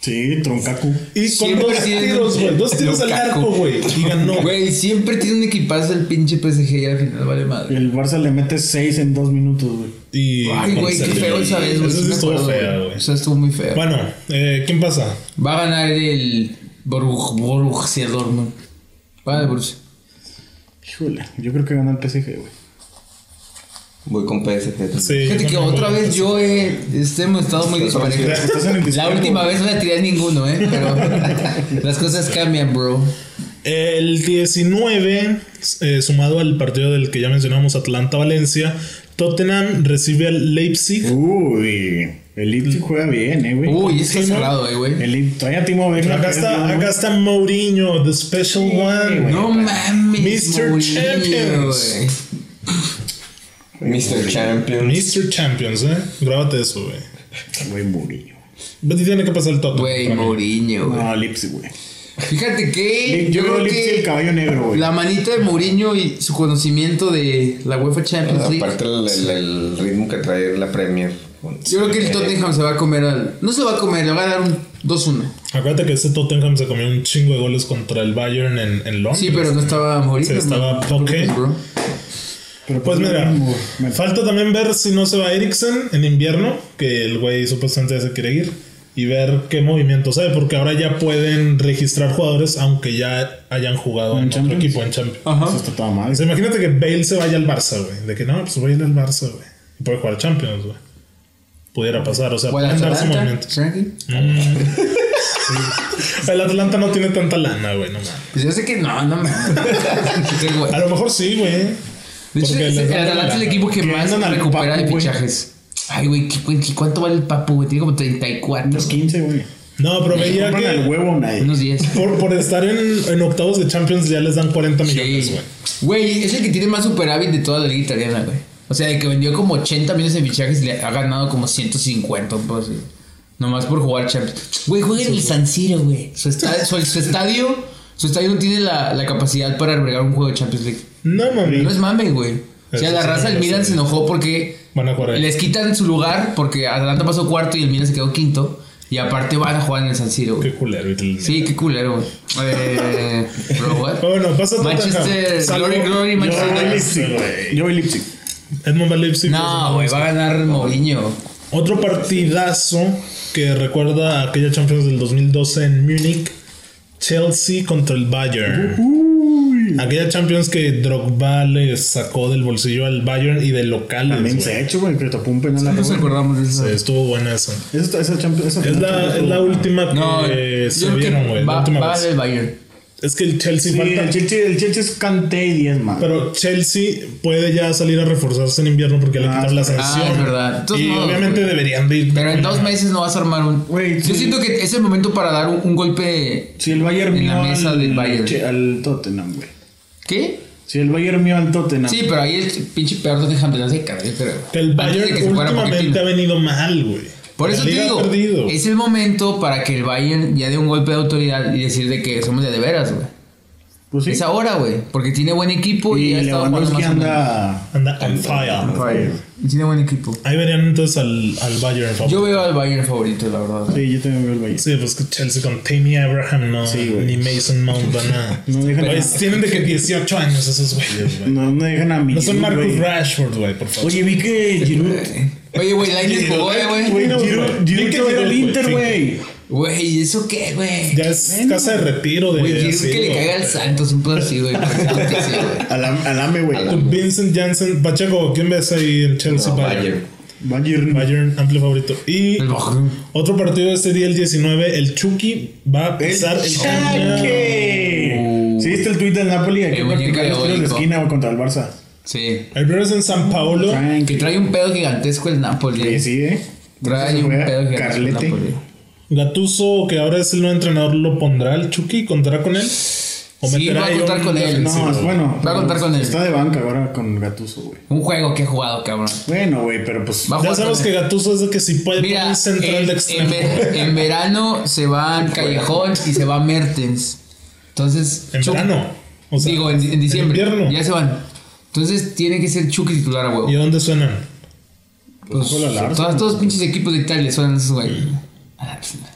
Sí, Troncacu.
Y con
siempre
dos
tiene-
tiros, güey. Dos tiros al
Lukaku.
arco, güey. Y ganó.
Güey, siempre tiene un equipazo el pinche PSG y al final vale madre.
El Barça le mete 6 en 2 minutos, güey.
Y
Ay, güey, qué
Concebido.
feo esa vez, güey.
Eso
sí
sí
me
estuvo
acuerdo,
fea,
güey.
güey.
O sea, estuvo muy fea.
Bueno, eh, ¿quién pasa?
Va a ganar el Borussia Dortmund. Va a ganar el Borussia.
Híjole, yo creo que gana el PSG, güey.
Voy con PSG. también.
Sí,
Fíjate
yo
que
también
otra
voy
vez
con
yo he, este, hemos estado muy
Estás-
disparejos.
estás en el
La
discurso.
última vez no le tiré a ninguno, ¿eh? Pero las cosas cambian, bro.
El 19, eh, sumado al partido del que ya mencionamos, Atlanta-Valencia, Tottenham recibe al Leipzig.
Uy, el Leipzig juega bien, eh, güey.
Uy, esto es
¿no?
cerrado, eh, güey.
El Leipzig, todavía Timo Werner.
Acá está, acá está Mourinho, the special one.
güey.
No
Mr.
mames, Mourinho,
Champions.
güey.
Mr. Champions.
Mr. Champions, eh. Grábate eso, güey.
Güey, Mourinho.
Pero tiene que pasar el top.
Güey, Mourinho, güey.
No, Leipzig, güey.
Fíjate que
Yo creo Leipzig el
que
caballo negro, güey.
la manita de Mourinho y su conocimiento de la UEFA Champions League.
Ah, Aparte el, el- el ritmo que trae la Premier.
Yo creo que el Tottenham se va a comer al. No se va a comer, le va a dar un 2-1.
Acuérdate que este Tottenham se comió un chingo de goles contra el Bayern en, en Londres.
Sí, pero no estaba Mourinho.
Sí, estaba
no.
Poké.
Bro.
Pero
Pues mira,
no, me-
falta también ver si no se va Eriksen en invierno, que el güey supuestamente ya se quiere ir, y ver qué movimientos hay, porque ahora ya pueden registrar jugadores aunque ya hayan jugado en,
¿En
otro
Champions?
equipo en Champions.
Eso
Ajá.
está toda madre.
O sea, imagínate que Bale se vaya al Barça, güey. De que no, pues voy a ir al Barça, güey. Y puede jugar Champions, güey. Pudiera pasar, o sea,
O el
pueden darse
Atalanta.
movimientos. Mm.
Tranqui.
El Atlanta no tiene tanta lana, güey, no mames.
Pues yo sé que no, no mames. Sí, güey.
A lo mejor sí, güey.
De hecho,
Porque
el
les dan
Atalanta es el
lana.
equipo que
Que
más
andan al
recupera
Papu,
de
güey.
fichajes. Ay, güey, ¿qué- güey, qué- ¿cuánto vale el papu, güey? Tiene como 34.
Unos 15, güey.
No, pero
Se
veía
compran
que...
al huevo nadie.
Unos 10.
Por, por estar en, en octavos de Champions ya les dan 40 millones,
Sí.
güey.
Güey, es el que tiene más superávit de toda la liga italiana, güey. O sea, de que vendió como 80 millones de fichajes y le ha ganado como 150, pues. güey. Nomás por jugar Champions. Güey, juega en el San Siro, güey. Su estadio, su, su estadio, su estadio no tiene la, la capacidad para albergar un juego de Champions League.
No, mami.
No es mame, güey. O sea,
Eso
la
sí
raza
me
del
lo
Milan se
sabía.
enojó porque
Van a jugar ahí.
les quitan su lugar porque Atlanta pasó cuarto y el Milan se quedó quinto. Y aparte van a jugar en el San Siro, güey.
Qué culero. el-
Sí, qué culero, güey. Eh, bro, what?
Pero bueno, pasa Tottenham.
Manchester,
Salvo-
Glory, Glory,
Yo
Manchester.
voy
Yo voy
Leipzig.
Leipzig, güey. Yo voy Leipzig.
Edmond va a Leipzig.
No, güey, va a ganar Mourinho.
Otro partidazo que recuerda a aquella Champions del 2012 en Múnich. Chelsea contra el Bayern. Aquella Champions que Drogba le sacó del bolsillo al Bayern y de locales.
También
güey.
se ha hecho, güey, pero tapó un penal a la
Nos
Roma.
acordamos de eso.
Sí, Estuvo buena esa.
Esa- esa Champions- esa
Es la, es la última que
No,
se
yo creo
vieron,
que
güey. La
va,
última
va a
vez.
ganar el Bayern.
Es que el Chelsea
Sí,
falta-
el Chelsea, el Chelsea es Kanté y 10 más.
Pero Chelsea puede ya salir a reforzarse en invierno porque le
Ah,
quitaron la
es
sanción.
Ah, es verdad. De todos
Y
modos,
obviamente
güey.
deberían de ir.
Pero en dos meses no vas a armar un.
Güey, sí.
Yo siento que es el momento para dar un, un golpe.
Si el Bayern
En la
vio
mesa
al,
del Bayern.
che- al Tottenham, güey.
¿Qué?
Si el Bayern vio al Tottenham.
Sí, pero ahí el pinche peor Tottenham de la década, yo creo.
Que el
Antes de
Bayern
que se fuera
últimamente ha
Pochettino.
venido mal, güey.
Por
La
eso te
liga ha
digo,
perdido.
es el momento para que el Bayern ya dé un golpe de autoridad y decir de que somos de de veras, güey.
Pues sí.
Es ahora, güey, porque tiene buen equipo y,
y
ha estado jugando
Lewandowski
más o menos.
anda...
Anda on fire.
Fire. Tiene buen equipo.
Ahí verían entonces al, al Bayern. favor.
Yo veo al Bayern favorito, la verdad.
Sí, yo también veo el Bayern.
Sí, pues que Chelsea con Tammy Abraham no,
Sí, güey.
ni Mason Mount van a...
No dejan
Güey,
a-
tienen de que 18 años esos güeyes, güey.
No, no dejan a mi
No son Marcus Rashford, güey, por favor.
Oye, vi que Giroud...
Oye, güey, Lainez jugó, eh, güey.
Güey,
no,
Giroud
güey.
Giroud
Vi que
se va a ir
Giroud,
al
güey,
Inter,
sí.
güey.
Güey, ¿eso qué, güey?
ya es casa de retiro de...
Güey, Giroud
así,
que le
güey.
caiga al Santos, un pedo así, güey. por ejemplo, que sí, güey.
Alam- Alame, güey.
Vincent Janssen, Pacheco, ¿quién ves ahí el Chelsea
No,
Bayern?
Bayern.
Bayern...
Bayern, amplio favorito. Y
El Bayern.
otro partido este día, el 19, el Chucky va a pisar el camino.
¡Chaque! ¿Sí viste el tuit del Napoli? Hay que
El muñeco
practicar los tiros de
diabólico.
esquina o contra el Barça.
Sí.
El primero es en San Paulo.
Que trae un pedo gigantesco el Napoli.
Sí, sí, eh.
Trae
Se
un
juega
pedo gigantesco el
Carlete.
Napoli.
Gatuso, que ahora es el nuevo entrenador, ¿lo pondrá el Chucky? ¿Contará con él? ¿O
Sí, va a
ahí
contar
un
con él.
defensivo?
No, es bueno.
Va a contar con él.
Está de banca ahora con Gatuso, güey.
Un juego que he jugado, cabrón.
Bueno, güey, pero pues.
Va a
Ya
jugar
sabemos
con
que
él.
Gatuso es de que si puede poner
Mira,
un central de
en, en
extremo.
ver- en verano se van Callejón y se va Mertens. Entonces,
En
Chuck-
verano. O sea,
digo, en, en diciembre.
invierno.
ya se van. Entonces tiene que ser Chucky titular a huevo.
¿Y a dónde suenan?
Pues,
Ojalá la
todas-
Arsenal.
todos los pinches equipos de Italia son esos güey. Arsenal.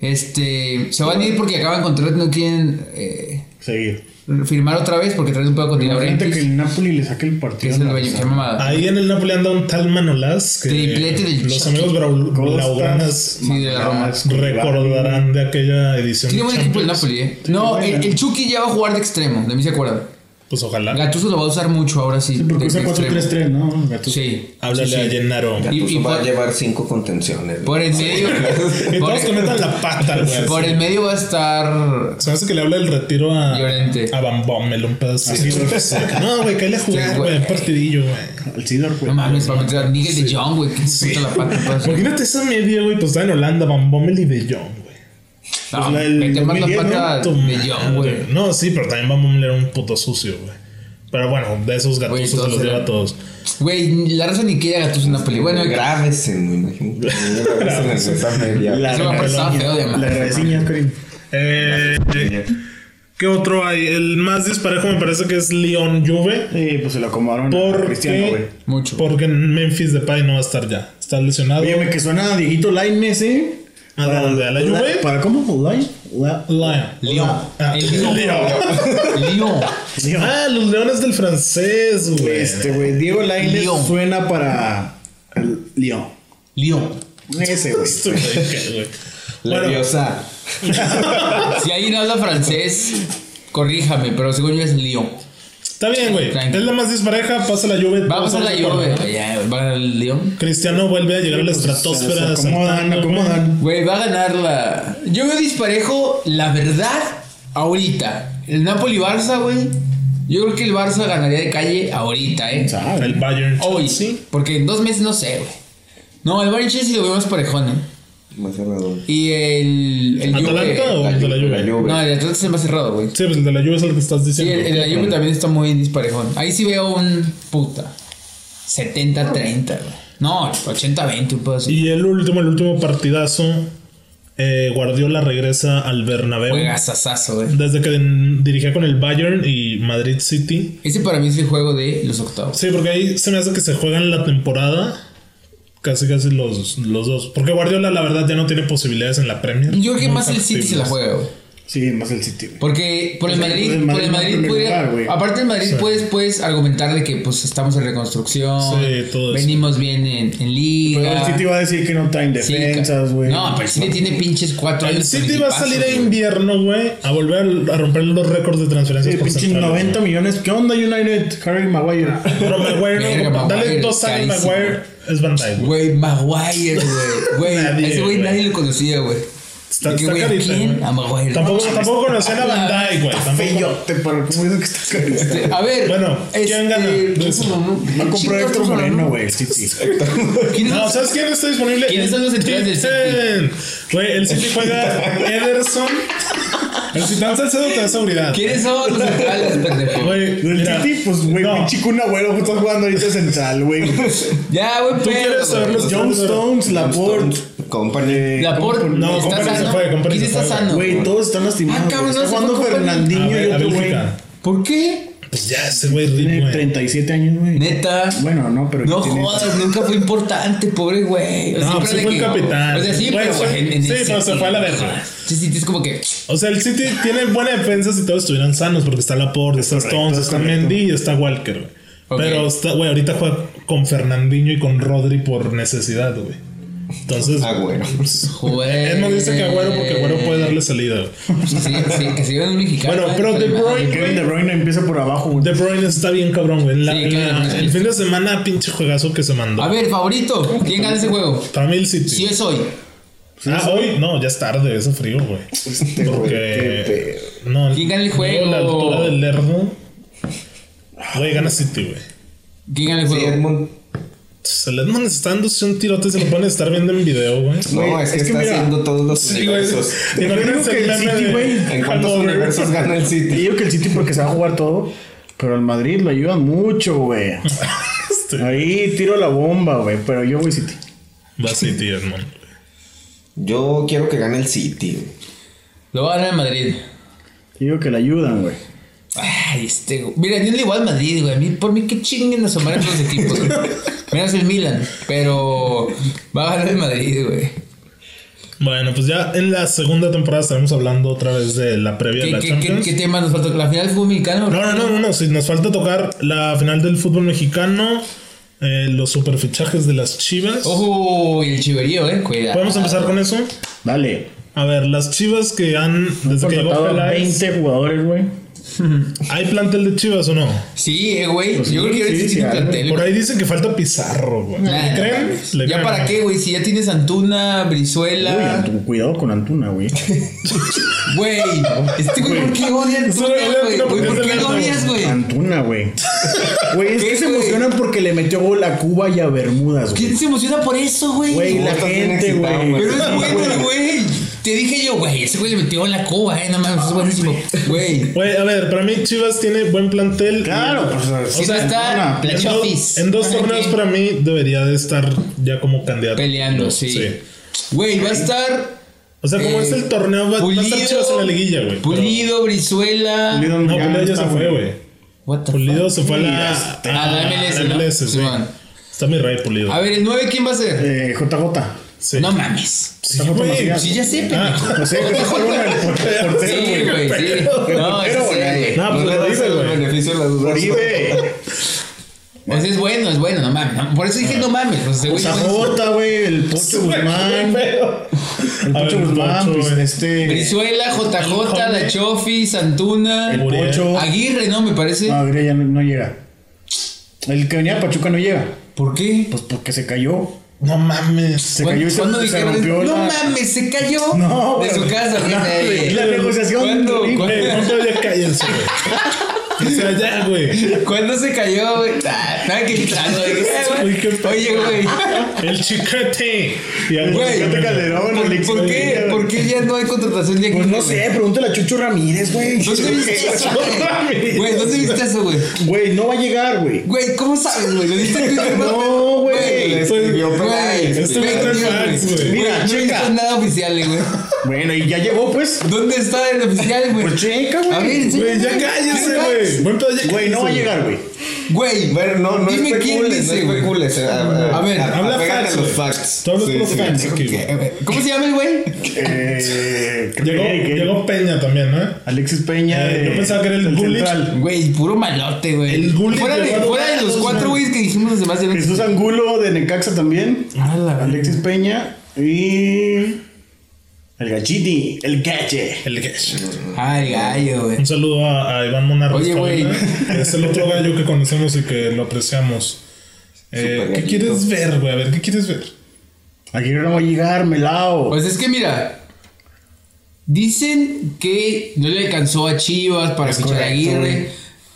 Este, se van a ir porque acaban contrato, no quieren eh,
Seguir.
firmar otra vez porque traen un pedo con
Imagínate que
Laurentiis,
el Napoli le saque el
que
partido.
es el
a la
dueño, qué
Lazio.
mamada.
Ahí en el Napoli anda un tal Manolás que
Triplete del
los
Chucky.
amigos brau-
Costas,
blaugranas
Sí, de la Roma.
Mangas,
recordarán de aquella edición.
Tiene
de
buen equipo el
Champions.
Napoli, eh. No,
bueno.
el, el Chucky ya va a jugar de extremo, de mí se acuerda.
Pues ojalá.
Gattuso lo va a usar mucho ahora sí.
Sí, porque
de
usa
extremo.
4-3-3, ¿no? Gato.
Sí.
Háblale
sí, sí.
a Gennaro.
Y-
Gattuso
y
va a
por-
llevar cinco contenciones. güey.
Por el medio.
Y
por,
todos que metan la pata, güey. así.
por el medio va a estar.
Se me hace que le habla el retiro a.
Llorente.
A Van Bommel, un pedazo así. no, güey, cállale a
Sí,
jugar,
güey.
güey. un partidillo, güey.
Al Sidor, güey.
No mames, va a meter a Nigel de Jong, güey. Que
Sí.
puta la pata. pues.
Imagínate esa media, güey. Pues está en Holanda, Van Bommel y De Jong, güey. pues,
No,
la del
mete más la
2010,
pata
Tu
Ah, de Jong, güey.
madre. No, sí, pero también Van Bommel era un puto sucio, güey. Pero bueno, de esos
Güey,
gatos se
todos
los lleva
eran-
a todos.
Güey, la raza ni quiere a Gattuso en Napoli. Bueno,
Graves en, me imagino. Graves en esa media.
La
Ese va a pasar
regresiña,
feo de madre.
La regresiña, Karim.
Eh, ¿Qué otro hay? El más disparejo me parece que es León Juve.
Sí, pues se lo acomodaron a Cristiano,
Porque,
güey.
Mucho.
porque Memphis Depay no va a estar ya. Está lesionado.
Oye, güey, que suena a Dieguito Line ese.
¿A
Para-
dónde? ¿A la
para-
Juve?
¿Para cómo? ¿Line? La-
Lion.
Lyon.
Ah,
El Lyon. Lyon.
León.
Ah, los leones del francés, güey.
Este, güey, Diego Lainez
León.
suena para el León.
Lyon.
Ese, güey.
Este, güey, qué, güey.
La
Bueno,
diosa.
Si alguien habla francés, corríjame, pero según yo es Lyon.
está bien, güey.
Tranqui.
Es la más dispareja. Pasa la Juve.
Vamos a la
todos estamos de
Juve.
acuerdo.
Ya, Va a ganar el Lyon.
Cristiano vuelve a llegar a la estratosfera.
Pues, Se acomodan,
saltando, güey.
acomodan.
Güey, va a ganar la. Yo veo disparejo, la verdad, ahorita. El Napoli-Barça, güey. Yo creo que el Barça ganaría de calle ahorita, ¿eh?
¿Sabe?
Ah, El Bayern.
Hoy.
sí.
Porque en dos meses no sé, güey. No, el Bayern Chelsea lo vemos parejón, ¿eh?
Más cerrador.
Y el. el
¿Atalanta
Juve-
o el de la
La
Juve?
Juve.
No, el Atlanta es el más cerrado, güey.
Sí, pues el de la Juve es el que estás
Sí,
diciendo.
el, el de la Juve también está muy disparejón. Ahí sí veo un puta. 70-30, güey. No, 80-20, un pedo así.
Y el último, el último partidazo. eh, Guardiola regresa al Bernabéu.
Juega sasazo, güey.
Desde que dirigía con el Bayern y Madrid City.
Ese para mí es el juego de los octavos.
Sí, porque ahí se me hace que se juegan la temporada. Casi, casi los, los dos. Porque Guardiola, la verdad, ya no tiene posibilidades en la Premier.
Yo creo que
Muy
más el City se la
factibles.
juega, güey.
Sí, más el City, güey.
Porque por el
O sea,
Madrid,
por el
por
Madrid no
el
en
Madrid
primer
puede-
lugar, güey.
aparte el Madrid puedes, puedes argumentar de que pues estamos en reconstrucción,
Sí, todo eso.
venimos bien en, en
Pero
liga.
el City va a decir que no traen
Ah. sí,
defensas,
ca-
güey.
No, pero el City tiene pinches cuatro
El
años. con
City va a
equipazos,
salir de
güey.
invierno, güey, a volver a romper los récords de transferencias
Sí, pinche
porcentuales,
90 millones. ¿Qué onda, United? Harry Maguire.
güey. Pero Maguire,
Verga,
no, dale
Maguire,
dos años
carísimo.
Maguire, es Van Dyke.
Güey, Maguire, güey. Güey,
Nadie,
a ese güey
güey.
nadie lo conocía, güey.
Está,
¿De qué,
está
güey? ¿A
carita,
quién?
güey.
A Maguire.
Tampoco, tampoco conocían a Van Dyke, güey. Tampoco.
Feyote, pero ¿cómo dicen que está caro?
Este, A ver,
Bueno, ¿quién
este,
gana? Pues,
¿Quién se lo nombró?
Va a comprar
Chingados,
Héctor
¿cómo se lo
Moreno,
nombró?
güey, el City.
¿Quién es-
No, ¿sabes quién está disponible?
¿Quiénes son los centrales del City?
Titán. Güey, el City juega Ederson. El Titán Salcedo te da seguridad.
¿Quiénes son los centrales, pendejo?
Güey,
El
mira,
City, pues, güey,
no.
pinche Kun Agüero, estás pues, jugando ahorita central, güey.
Ya, güey,
¿Tú quieres saber los
John Stones, Laporte.
Company.
eh,
Laporte
No,
está
Company se
sano.
fue, Company
¿Quién
se
está
fue,
sano?
Güey, todos están lastimados.
Ah, cabrón,
güey.
no
está
se fue
jugando
Company.
A,
Fernandinho y
ver, a
otro güey.
Bélgica.
¿Por qué?
Pues ya, ese güey Rip,
Tiene
güey.
37 años, güey.
Neta.
Bueno, no, pero
No
que tiene-
jodas, nunca fue importante, pobre güey. O sea,
No, pues
siempre
sí
de
fue el
que-
capitán.
O sea, sí,
Güey,
pero
fue-
güey, en, en
sí,
el
pero se
City,
fue a la
no
verga.
jodas. Sí, sí, es como que.
O sea, el City tiene buena defensa si todos estuvieran sanos, porque está Laporte, está
correcto,
Stones,
es
está
correcto.
Mendy y está Walker, güey.
Ok.
Pero está, güey, ahorita juega con Fernandinho y con Rodri por necesidad, güey. Entonces,
Ah,
Agüero.
Güey.
Él no dice que Agüero porque Agüero puede darle salida, güey.
Sí, sí, que se lleven un mexicano.
Bueno,
güey,
pero
con
De
el-
Bruyne,
Kevin De Bruyne empieza por abajo, güey.
De Bruyne está bien cabrón, güey. En la-
Sí,
en
Kevin De
la-
Bruyne.
el fin de semana, pinche juegazo que se mandó.
A ver, favorito. ¿Quién gana ese juego?
Para mí el City.
Si es hoy.
ah, hoy no, ya es tarde, hace frío, güey.
Este, güey, qué
Porque. No,
¿Quién gana el juego?
no, La altura del Lerdo. Güey, gana City, güey.
¿Quién gana el
pedo. Sí,
juego?
Edmund.
El Edmond está dando un tirote, se lo pueden estar viendo en video, güey.
No,
Güey,
es que,
es que
está
mira,
haciendo todos los
Sí, güey.
universos.
Imagínense
que el
meme
City,
de
güey, en
¿En cuántos
Hangover.
universos gana el
Yo
City?
digo que el City porque se va a jugar todo, pero al Madrid lo ayudan mucho, güey.
Este,
Ahí tiro la bomba, güey, pero yo voy City.
Va City, Edmond.
Yo quiero que gane el City. güey.
Lo va a ganar el Madrid.
Yo digo que la ayudan, güey.
Ay, este. güey. Mira, yo le igual al Madrid, güey. A mí, por mí, que chinguen a su madre todos los equipos, güey. Menos el Milan. Pero va a ganar el Madrid, güey.
Bueno, pues ya en la segunda temporada estaremos hablando otra vez de la previa de
¿Qué,
la
qué, qué,
Champions.
qué tema nos falta? ¿La final del fútbol mexicano?
No, no, no, no, no. Si nos falta tocar la final del fútbol mexicano, eh, los superfichajes de las Chivas.
Ojo, y el chiverío, eh. Cuidado.
¿Podemos empezar con eso?
Dale.
A ver, las Chivas Pues que han, desde que llegó
Contratado a
Peláez,
20 jugadores, güey.
¿Hay plantel de Chivas o no?
Sí, eh, güey.
Pues
Yo
sí,
creo que ahorita
sí,
sí
sí,
tiene
algo.
plantel.
Por ahí dicen que falta Pizarro, güey.
Nah,
¿Le creen? ¿Le
¿Ya
creen?
para qué, güey? Si ya tienes Antuna,
Uy,
Brizuela.
Antu- cuidado con Antuna, güey.
Güey, este güey, ¿por qué odia a Antuna,
Solo odia a
güey?
Antuna porque
Güey, ¿Por
es
qué
de
lo
Atlas.
odias, güey?
Antuna, güey. Güey, es
¿Qué,
que se
güey?
emocionan porque le metió gol a Cuba y a Bermudas, güey.
¿Quién se emociona por eso,
Güey, la
Estás bien
gente,
excitado,
güey.
güey.
Pero es bueno, güey. Te dije yo, güey, ese güey le metió la coba, eh. No mames, es buenísimo. Güey.
Güey, a ver, para mí Chivas tiene buen plantel.
Claro, pues. O
Sí, no está
En
la
dos,
Chofis.
en dos
Ajá,
torneos
que-
para mí debería de estar ya como candidato.
Peleando, sí. Güey, va a estar.
O sea, como
eh,
es el torneo, va, va a estar Chivas en la liguilla, güey. pero-
Pulido, Brizuela.
Pulido
No,
Ya
Pulido ya
está
se fue,
fuera.
güey.
What the
Pulido
fuck?
se fue a
Mira,
la,
está-
a
a la MLS, ¿no?
MLS, sí.
Simón.
Está mi rey Pulido.
A ver, ¿el 9 quién va a ser?
Eh, JJ.
Sí. Ah,
No mames.
Sí,
Está
güey.
Matías.
Sí, ya sé,
Ah,
pendejo.
No sé, que fue una del portero,
Sí,
güey.
güey, sí.
Pero,
No, sí,
pero,
sí, güey.
No, pues lo
Nos van a
dice,
hacer el
güey.
beneficio de la duda.
Oribe.
O sea, es bueno, es bueno, no mames. no- Por eso
Ah.
dije no mames. Pues, ese güey es buenísimo.
JJ, güey. El Pocho Guzmán. El
A ver,
Pocho
el
Guzmán.
Pocho,
pues,
güey.
Este.
Brizuela, JJ, La Chofi, Santuna.
El Ah.
Uriel.
Pocho.
Aguirre, ¿no? Me parece.
No, Aguirre ya no, no llega. El que venía de Pachuca no llega.
¿Por qué?
Pues porque se cayó.
No mames.
Se cayó y
¿Cuándo
se, se
dijeron?
rompió.
No
la-
mames, se cayó
No,
de su
güey.
casa.
No,
güey.
güey, la negociación
¿Cuándo?
horrible.
¿Cuándo?
Güey, no todavía cállense, güey. O sea, ya, güey.
¿Cuándo se cayó, güey? Ah, Nada que gritando, güey. Eh,
Uy, qué pedo.
Oye, güey.
El chicate. Y al
Güey.
Fíjate Calderón,
¿Por,
Alex,
por
güey.
qué? ¿Por qué ya no hay contratación de
Pues
equipo,
no
güey?
sé, pregúntale a Chucho Ramírez, güey.
¿Dónde viste eso? güey? Güey, ¿dónde viste eso, güey?
Güey, no va a llegar, güey.
Güey, ¿cómo sabes, güey? ¿Lo viste en Twitter?
No,
Le
güey.
escribió
Güey,
Peláez,
Esto
güey.
no
fake
es
news,
facts, güey.
Güey,
Mira,
no he
checa.
visto nada oficial, güey.
Bueno, y ya llegó, pues.
¿Dónde está el oficial, güey?
Pues checa, güey.
A
Güey,
ver,
ya
enséñame.
cállese, güey. Buen pedo, ya
Güey, no va a llegar, güey.
Güey,
Ver, no, no
dime quién
especules,
dice,
no
güey.
especules. eh,
A ver,
habla
apégate
facts,
a los
güey.
facts.
Tú hablas
Sí,
con los
sí.
fans aquí, güey.
Eh, ¿Cómo se llama el güey?
Eh, creo que
Llegó,
Eric,
llegó Peña también, ¿no?
Alexis Peña.
Eh,
de-
yo pensaba que era el Gullit.
central.
Güey, puro malote, güey.
El Gullit
Fuera de,
llegó a
fuera de
lugares,
los cuatro
man.
güeyes que dijimos los demás de
Jesús Angulo de Necaxa también.
A la verga.
Alexis Peña. Y. El Gachiti. El Gache.
El Gesh.
Ay, gallo, güey.
Un saludo a, a Iván Monarro.
Oye, güey.
Es el otro gallo que conocemos y que lo apreciamos. Eh,
Súper
¿Qué
gallito.
quieres ver, güey? A ver, ¿qué quieres ver?
Aguirre no va a llegar, Melao.
Pues es que mira. Dicen que no le alcanzó a Chivas para
Es
fichar a
correcto, güey.
Aguirre.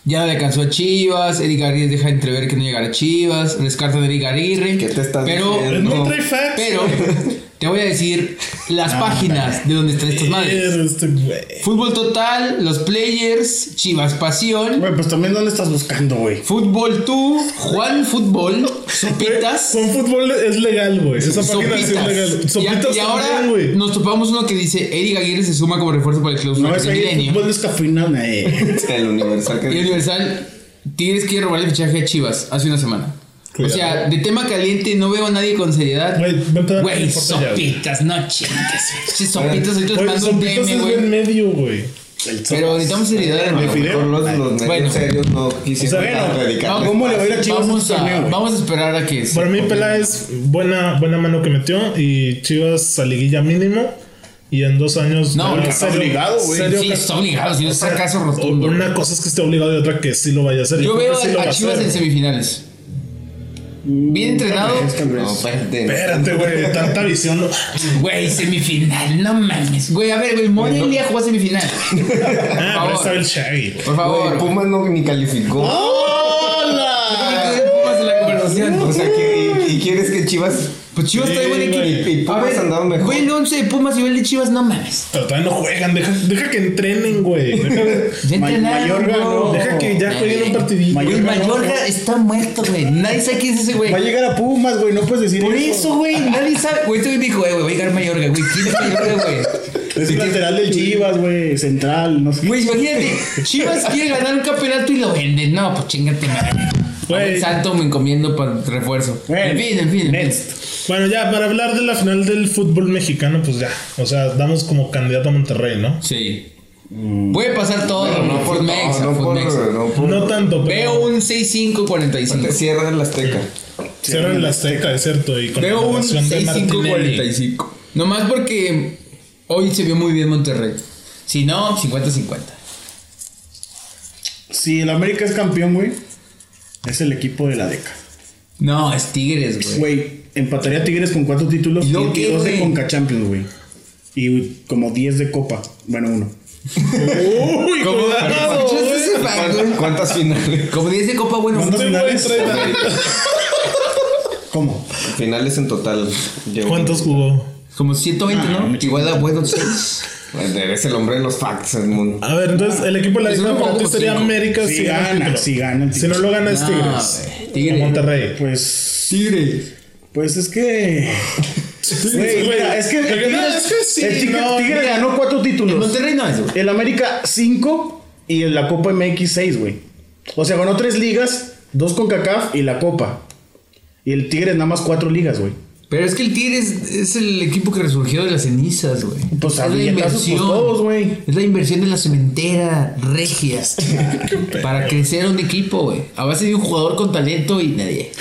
Ya no le alcanzó a Chivas. Eric Aguirre deja entrever que no llegará a Chivas. Descartan a Eric Aguirre.
¿Qué te estás
pero,
No,
diciendo?
No,
trae facts.
pero te voy a decir las páginas de donde están estas madres.
Eh, Este güey.
Fútbol Total, Los Players, Chivas Pasión,
Güey, pues también dónde estás buscando, güey.
Fútbol Tú, Juan Fútbol, Sopitas.
Con fútbol es legal, güey. Esa página
Sopitas.
sí es legal.
Y a-
Sopitas
y, ahora
también, güey.
nos topamos uno que dice Eric Aguirre se suma como refuerzo para el club
No, es ahí el
pues,
fútbol descafeinado, eh.
El universal que
Y Universal Tigres quiere robar el fichaje a Chivas hace una semana.
Cuidado.
O sea, de tema caliente no veo a nadie con seriedad.
Güey, vente a dar
Güey,
importa ya, güey.
sopitas, no chingas. Che, sopitas, ahorita les
Güey,
mando un
Sopitas
DM,
es
güey.
bien medio, güey.
El
Pero necesitamos seriedad, hermano.
Fidel.
Con los, los medios
Bueno.
serios no quisieron
bueno,
tan radicales.
¿cómo le va a ir a Chivas en
Vamos
este torneo,
a,
güey?
vamos a esperar a que. se-
Para mí, Peláez, buena, buena mano que metió. Y Chivas a liguilla mínimo. Y en dos años.
No,
ya
que
está
serio-
obligado, güey.
serio
Sí,
que-
está obligado, si no es fracaso rotundo.
Una cosa es que esté obligado y otra que sí lo vaya a hacer.
Yo
creo
veo
que sí lo
a,
va
a Chivas
hacer, Mm, güey.
en semifinales. Bien entrenado.
Tal vez, tal vez.
No,
pues-
espérate.
Espérate, güey, tanta visión. no- Ah,
Güey, semifinal, no mames. Güey, a ver, güey, Morelia jugó a semifinal.
Ah,
favor.
pero está el Shaggy, güey.
Por favor.
Güey, Puma no ni calificó.
¡Hola!
Pumas en la conversación.
O sea, que, y, y quieres que Chivas.
Pues Chivas trae buen
Sí,
equipo.
güey.
Y Pumas andaban mejor.
Güey, el 11 de Pumas y el de Chivas, no mames.
Pero todavía no juegan, deja, deja que entrenen, güey. Deja,
Ya
Ma-
entrenaron,
Mayorga,
bro.
no.
deja que ya jueguen un partidito.
Mayor-
Güey,
Mayorga, no.
Mayorga está muerto, güey. Nadie sabe quién es ese güey.
Va a llegar a Pumas, güey, no puedes decir
Por eso, güey, nadie sabe. Güey, tú me dijo, eh, güey, va a llegar Mayorga, güey. ¿Quién es Mayorga, güey?
Es el lateral del Chivas, güey, central, no sé.
Güey, imagínate, Chivas quiere ganar un campeonato y lo venden. No, pues chingate, madre.
Güey.
A
Pues,
ver, Santo me encomiendo para el refuerzo.
Güey,
En fin, en fin. en fin.
Pues, next.
Bueno, ya, para hablar de la final del fútbol mexicano, pues ya. O sea, damos como candidato a Monterrey, ¿no?
Sí. Puede pasar todo, no por Mex,
No,
no
no
por Mex.
por. No por
No tanto,
Veo
pero.
un 6-5-45.
Cierra el Azteca.
Cierran la Azteca, es cierto. Y con
Veo
la
un
narración de Martinelli.
6-5-45. Nomás porque hoy se vio muy bien Monterrey. Si no, 50-50.
Si el América es campeón, güey, es el equipo de la década.
No, es Tigres, güey.
Güey, empataría a Tigres con cuatro títulos
¿Y
y
luego qué,
12
güey?
con Cachampions, güey. Y como 10 de Copa. Bueno, uno.
Uy,
¿Cómo?
cuidado,
¿Escuchaste
güey.
ese fact, güey?
¿Cuántas finales?
Como dice Copa, bueno,
¿Cuántas
Este güey
finales?
trae-
¿Cómo?
Finales en total. llevo.
¿Cuántos jugó?
como 120,
Ah,
¿no?
me
Igual a bueno,
Eres el hombre de los facts, Edmund.
A ver, entonces el equipo de la
Pues
década
uno
para ti
como
sería
cinco.
América
Si
si gana el
gana,
título.
si gana el
Si no lo gana es
No,
Tigres.
güey, Tigres.
O Monterrey.
Pues.
Tigres.
Pues es que. Güey,
güey,
mira, es que.
porque
el
no,
Tigres-
es que sí,
el Tigre,
no,
Tigre ganó cuatro títulos.
Monterrey no es, güey.
El América 5 y en la Copa MX 6, güey. O sea, ganó tres ligas, dos con CACAF y la Copa. Y el Tigres nada más cuatro ligas, güey.
Pero es que el Tigres es, es el equipo que resurgió de las cenizas, güey.
Pues
es
a billetazos, pues, todos, güey.
Es la inversión de la cementera regias. para crecer un equipo, güey. A base de un jugador con talento y nadie.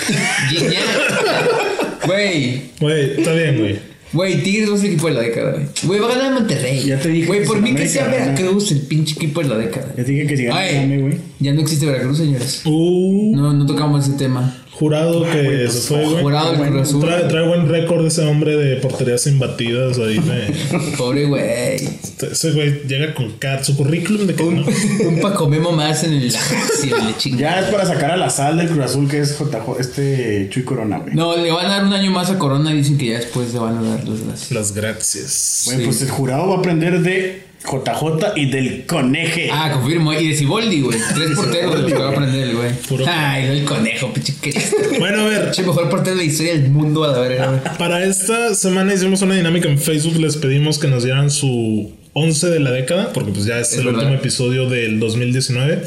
Gignac. Güey.
Güey, está bien, güey.
Güey, Tigres va a ser el equipo de la década, güey. Güey, va a ganar Monterrey.
Ya te dije
Güey,
que
por
si
mí que
América
sea
gana.
Veracruz el pinche equipo de la década.
Ya te dije que si gana,
Ay,
gane, güey.
Ya no existe Veracruz, señores.
Uh,
No, no tocamos ese tema.
jurado que se fue, güey.
Jurado el Cruz Azul.
Trae, trae buen récord ese hombre de porterías imbatidas ahí. De,
Pobre güey.
este, ese güey llega con cat, su currículum de que no.
Un Paco Memo más en el Ajax y en el chingado.
Ya es para sacar a la sal del Cruz Azul que es JJ, este Chuy Corona, güey.
No, le van a dar un año más a Corona. Dicen que ya después le van a dar las gracias.
Las gracias.
Güey, pues el jurado va a aprender de JJ y del Coneje.
Ah, confirmo. Y de Ciboldi, güey. Tres porteros de los que va a aprender el güey.
Puro-
Ay, no el conejo, pinche que.
Bueno, a ver.
Pinche mejor portero de la historia del mundo, a la verga, güey.
Para esta semana hicimos una dinámica en Facebook. Les pedimos que nos dieran su 11 de la década, porque pues ya es,
Es
el
verdad.
último episodio del 2019.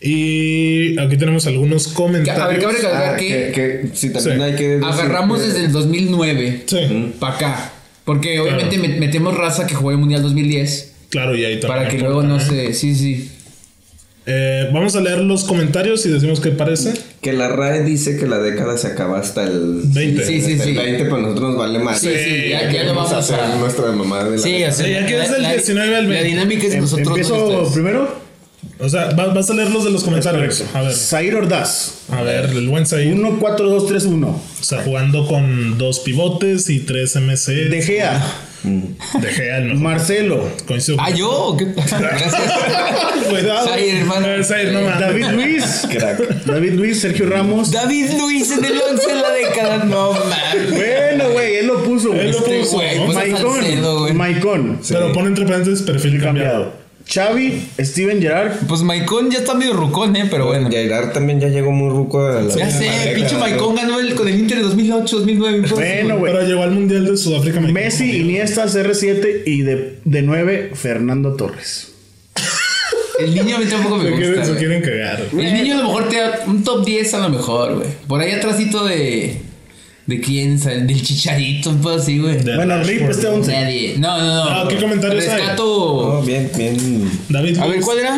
Y aquí tenemos algunos comentarios.
A ver, cabe recalcar
Ah, que,
que
que sí, también
Sí.
hay que. decir
Ah, agarramos
que-
desde el 2009
Sí,
para acá. Porque obviamente met- metemos raza que jugó el Mundial 2010
claro, y ahí también.
para que
importa,
luego no
¿eh?
se. Sí, sí.
Eh, vamos a leer los comentarios y decimos qué parece.
Que la RAE dice que la década se acaba hasta el.
20.
Sí, sí,
hasta el
sí.
20, pero a nosotros nos vale más.
Sí, sí, ya, ya lo vamos a
hacer nuestra mamá de la.
Sí, o sea,
Sí, aquí es del 19 al
La
20.
dinámica es
Em-
nosotros.
Empiezo
nosotros.
primero.
O sea, va- vas a leer los de los comentarios. A ver,
Zair Ordaz.
a ver, el buen Said.
1, 4, 2, 3, 1.
O sea, jugando con dos pivotes y tres MC.
De Gea.
Dejé al mejor.
Marcelo.
Coincido.
¿Ah, yo? ¿O qué? Gracias.
Cuidado.
Zaid, hermano. Eh,
A ver, Zaid, no mames.
David Luis.
Crack.
David Luis, Sergio Ramos.
David Luis en el 11 de la década. No mames.
Bueno, güey, él lo puso, güey.
Él lo
Este
puso,
güey,
¿no?
pues es Salcedo,
Maicon.
güey.
Maicon.
Pero pone entre paréntesis perfil cambiado.
Cambiado. Xavi, Steven Gerard.
Pues Maicon ya está medio rucón, eh, pero bueno.
Yair también ya llegó muy ruco a la.
Ya
a la
sé,
década,
pinche
¿no?
Maicon ganó el, con el Inter 2008-2009.
Bueno, güey.
Pero llegó al Mundial de Sudáfrica. me
Messi, Iniesta, CR7 y de, de 9, Fernando Torres.
El niño a mí tampoco
equivoco. Se
me
quieren,
gusta.
se
güey.
quieren cagar.
El niño a lo mejor te da un top 10 a lo mejor, güey. Por ahí atrásito de. ¿De quién? ¿Sabe? Del chicharito, un poco así, güey.
De
Bueno,
Rashford.
RIP este 11.
Nadie. No, no,
Ah,
no.
¿qué Ah, comentarios hay?
Rescato.
No, bien, bien.
David
A ver,
Luiz.
¿cuál era?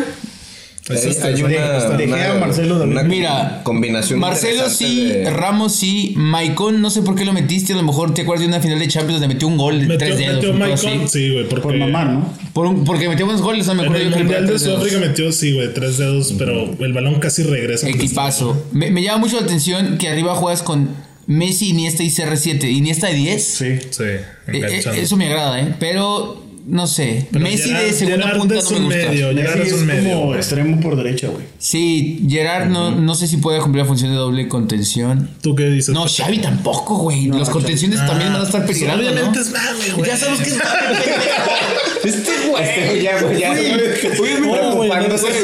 Es este,
Hay- hay
Zaid,
una-
está.
de Gea, Marcelo, David.
una
Mira,
combinación
Marcelo
interesante
sí,
de-
Ramos sí, Maicon, no sé por qué lo metiste, a lo mejor te acuerdas de una final de Champions donde metió un gol de
Metió,
tres dedos.
metió
un poco
Maicon.
así.
Sí, güey. Porque
Por mamar, ¿no?
Por un- porque metió buenos goles, no me
En
acuerdo.
el
yo que le
Mundial
pegó
de
tres dedos.
Sudáfrica metió, sí, güey, tres dedos, pero el balón casi regresa.
Equipazo. Me, me llama mucho la atención que arriba juegas con Messi, Iniesta y CR7. Iniesta de 10.
Sí.
Sí,
Eh, eh,
enganchando.
eso me agrada, ¿eh? Pero, no sé.
Pero
Messi de
Gerard-
segunda
Gerard
punta
es
no me
un
gusta.
medio, Gerard
Messi
es
es
un medio.
como
güey.
extremo por derecha, güey.
Sí, Gerard no, no sé si puede cumplir la función de doble contención.
¿Tú qué dices?
No, Xavi tampoco, güey. Los contenciones
Ah,
también van a estar
pues
peligrando,
Obviamente
¿no?
es mame, güey.
Ya sabes que es mame, pendejo. Este güey.
Este güey ya, güey, ya.
Güey,
Obviamente
no, güey,
preocupándose de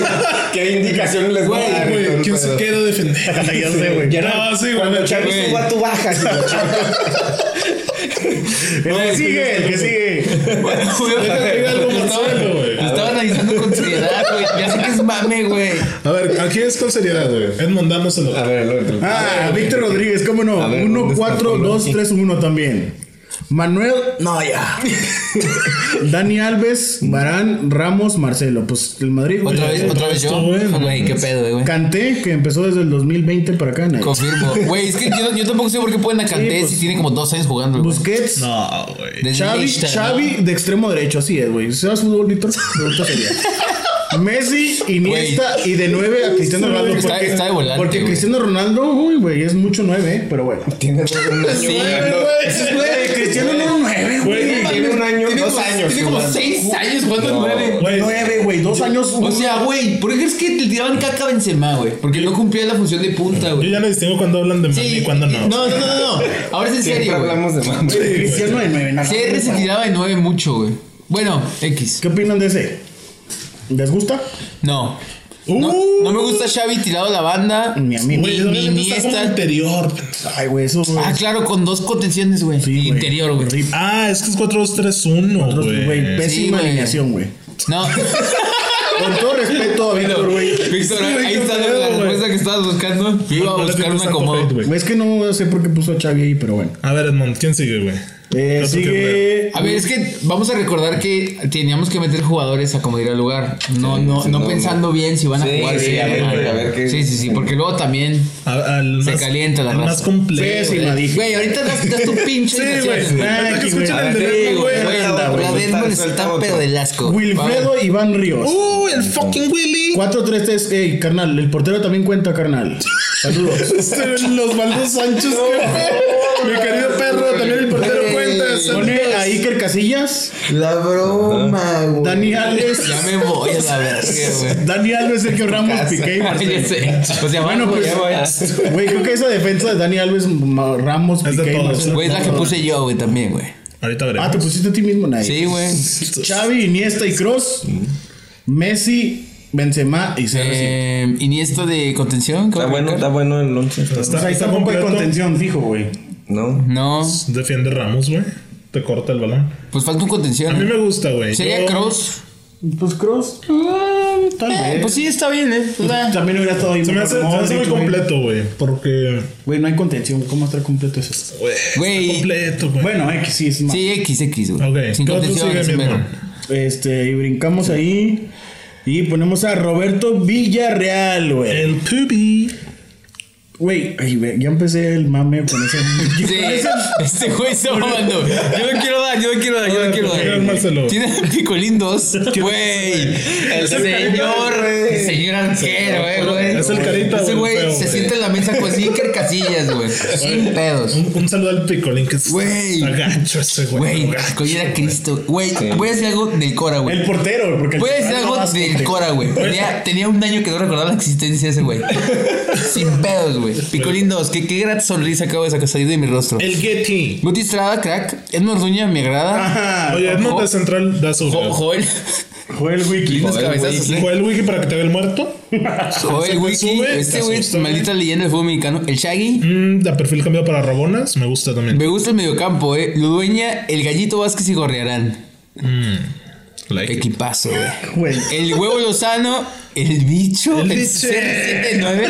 qué indicaciones les voy a dar.
Güey, ¿quién se
Pero-
quiere defender?
Ya sé, güey.
Ya no, sí, güey.
Cuando Charlie
Güey.
suba, tú bajas.
El que sigue, el que sigue.
Bueno, güey,
diga algo,
lo estaba-
Marcelo, güey.
Lo estaba analizando con seriedad, güey. Ya sé que es mame, güey.
A ver, aquí es con seriedad, güey. Edmond, dánoselo.
A ver, lo entre-
Ah, Víctor Rodríguez, cómo no.
A ver,
1,
¿dónde está
4,
Pablo?
2, 3, 1 también. Manuel Noya. Dani Alves, Barán, Ramos, Marcelo. Pues el Madrid, güey.
Otra vez, otra vez yo.
Esto, güey, no
Güey, qué pedo, güey.
Canté, que empezó desde el 2020 para acá. nadie.
Confirmo. Güey, es que yo, yo tampoco sé por qué pueden a Kanté
Sí, pues.
si tiene como dos años jugando, güey.
Busquets.
No, güey.
Desde
Xavi,
Leicester, Este, ¿no?
Xavi de extremo derecho, así es, güey. Si sabes fútbol, Víctor, pregunta sería. Messi, Iniesta y de 9 a Cristiano Ronaldo.
Está-
porque,
está de volante,
Porque
güey.
Cristiano Ronaldo, uy, güey, es mucho 9, eh, pero bueno.
Tiene un año
Sí,
jugando.
Güey, güey, Cristiano no era 9, güey.
Güey, Tiene un año,
Tiene
dos
como-
años.
Tiene como
jugando.
seis años jugando en nueve.
Güey,
9, güey, dos años.
O sea, güey, ¿por qué crees que le tiraban caca a Benzema, güey? Porque no cumplía la función de punta,
yo
güey.
ya no distingo cuando hablan de Mane y cuando no.
No, no, no, no. Ahora es en
Siempre
serio, güey.
hablamos de mamá.
Cristiano de 9, nada.
CR se tiraba de nueve mucho, güey. Bueno, X.
¿Qué opinan de ese? ¿Les gusta?
No. No,
Uh.
no me gusta Xavi tirado a la banda.
Ni a mí.
Güey,
Ni-
¿dónde
ni
está como
esta-
interior.
Ay, güey, eso. güey.
Ah, claro, con dos contenciones, güey.
Sí, güey.
Interior, güey.
Horrible.
Ah, es que es 4-2-3-1, güey.
Güey, pésima
güey.
alineación, güey.
No.
Con todo respeto a Víctor, güey.
Víctor,
Sí, güey,
ahí
qué
está
pedo,
la
güey.
respuesta que estabas buscando. Yo iba a
No le
buscar
tengo
un
tanto
acomodo.
hate, güey.
Es que no sé por qué puso a Xavi ahí, pero bueno.
A ver, Edmond, ¿quién sigue, güey?
Eh,
Otro
sigue.
A ver, es que vamos a recordar que teníamos que meter jugadores a como ir al lugar. No,
Sí,
no,
sí,
no,
no,
pensando bien si van a
Sí,
jugar.
sí, a ver,
ajá.
güey, a ver qué-
sí, sí, sí, porque luego también
que- a- al
se
más-
calienta la
al
raza.
más complejo.
Sí, sí, madre.
Güey, ahorita das, das tu pinche.
Sí, güey.
impresiones,
Ah,
güey.
Ahorita que
Ay,
escuchen
güey.
el de
Sí,
Edmond,
güey.
güey.
anda, güey.
La de Edmond está
Suelta
pero
otro.
del asco.
Wilfredo Iván Ríos.
¡Uh, el fucking Willy!
4-3-3. Ey, carnal, el portero también cuenta, carnal. Saludos.
Este, los baldos Sánchez, qué feo. Mi querido perro, también el portero
Güey.
cuenta. saludos.
Pone a Iker Casillas,
La broma, güey.
Dani Alves.
Ya me voy a la verga, güey.
Dani Alves, Sergio Ramos, Piqué y
Ya
Marcelo.
sé. O sea, bueno, pues.
Güey, creo que esa defensa de Dani Alves, Ma- Ramos,
Es de
Piqué y
todos.
Marcelo.
Güey, es la que puse yo, güey, también, güey.
Ahorita veremos.
Ah, te pusiste a ti mismo, Nadie.
Sí, güey.
Xavi, Iniesta y Cross. Messi, Benzema y CR7.
Eh, Iniesta de contención. ¿cómo
Está bueno,
marcar?
está bueno el once. está
Está-
O sea, ahí está compa de
completo.
contención, fijo, güey.
No.
No,
Defiende Ramos, güey. Te corta el balón.
pues falta un
A mí
contención.
me gusta, güey.
Sería
Yo-
Cross.
Pues Cross. Tal
Eh,
vez.
pues sí, está bien, ¿eh? Pues, ah.
También hubiera estado ahí.
Se me hace, se me hace muy
Modric, güey.
completo, güey. Porque.
Güey, no hay contención. ¿Cómo está completo eso?
Güey.
Güey.
está Completo, güey.
Bueno, X sí es más.
Sí, XX, güey.
Ok,
Sin
¿qué otro
contención,
sigue,
ese
mi
mero.
hermano?
Este, y brincamos ahí. Y ponemos a Roberto Villarreal, güey.
El Pubi.
Güey, ay, güey, ya empecé el mame con ese.
Sí, este güey está mamando. Yo no quiero dar, yo no quiero dar, yo no quiero
Oye, Ah, Marcelo.
dar. Tiene a Picolín 2, güey. El señor, el señor arquero, eh, güey.
Es el carita,
Ese
güey,
güey
feo,
se
güey.
sienta en la mesa con Iker Casillas, güey. Sin pedos.
Un, un saludo al Picolín, que es.
Güey.
Está gacho ese, güey.
Güey,
Gacho,
Picolín era
güey.
Cristo. Güey, voy a decir algo del Cora, güey.
El portero, güey, porque el
Voy a decir
portero
algo
no vas
del
con-
Cora, güey. Tenía, tenía un año que no recordaba la existencia de ese güey. Sin pedos, güey. Picolín 2, que qué gran sonrisa acabo de sacar salir de mi rostro.
El Getty.
Guti Estrada, crack. Edmond Orduña, me agrada.
Ajá.
Ah, Oye, Edmond de Central da su.
Jo- Joel.
Joel Wiki.
Lindos cabezazos, eh.
Fue el wiki para que te haga el muerto.
Joel Wiki.
sube,
Este
te
güey,
asusta,
maldita leyenda del fútbol mexicano. El Shaggy.
Mm, da perfil cambiado para Rabonas. Me gusta también.
Me gusta el mediocampo, eh. Ludueña, el Gallito Vázquez y Gorriarán.
Like it.
Equipazo, güey.
Güey.
El Huevo Lozano, el Bicho,
El
el,
bicho.
079.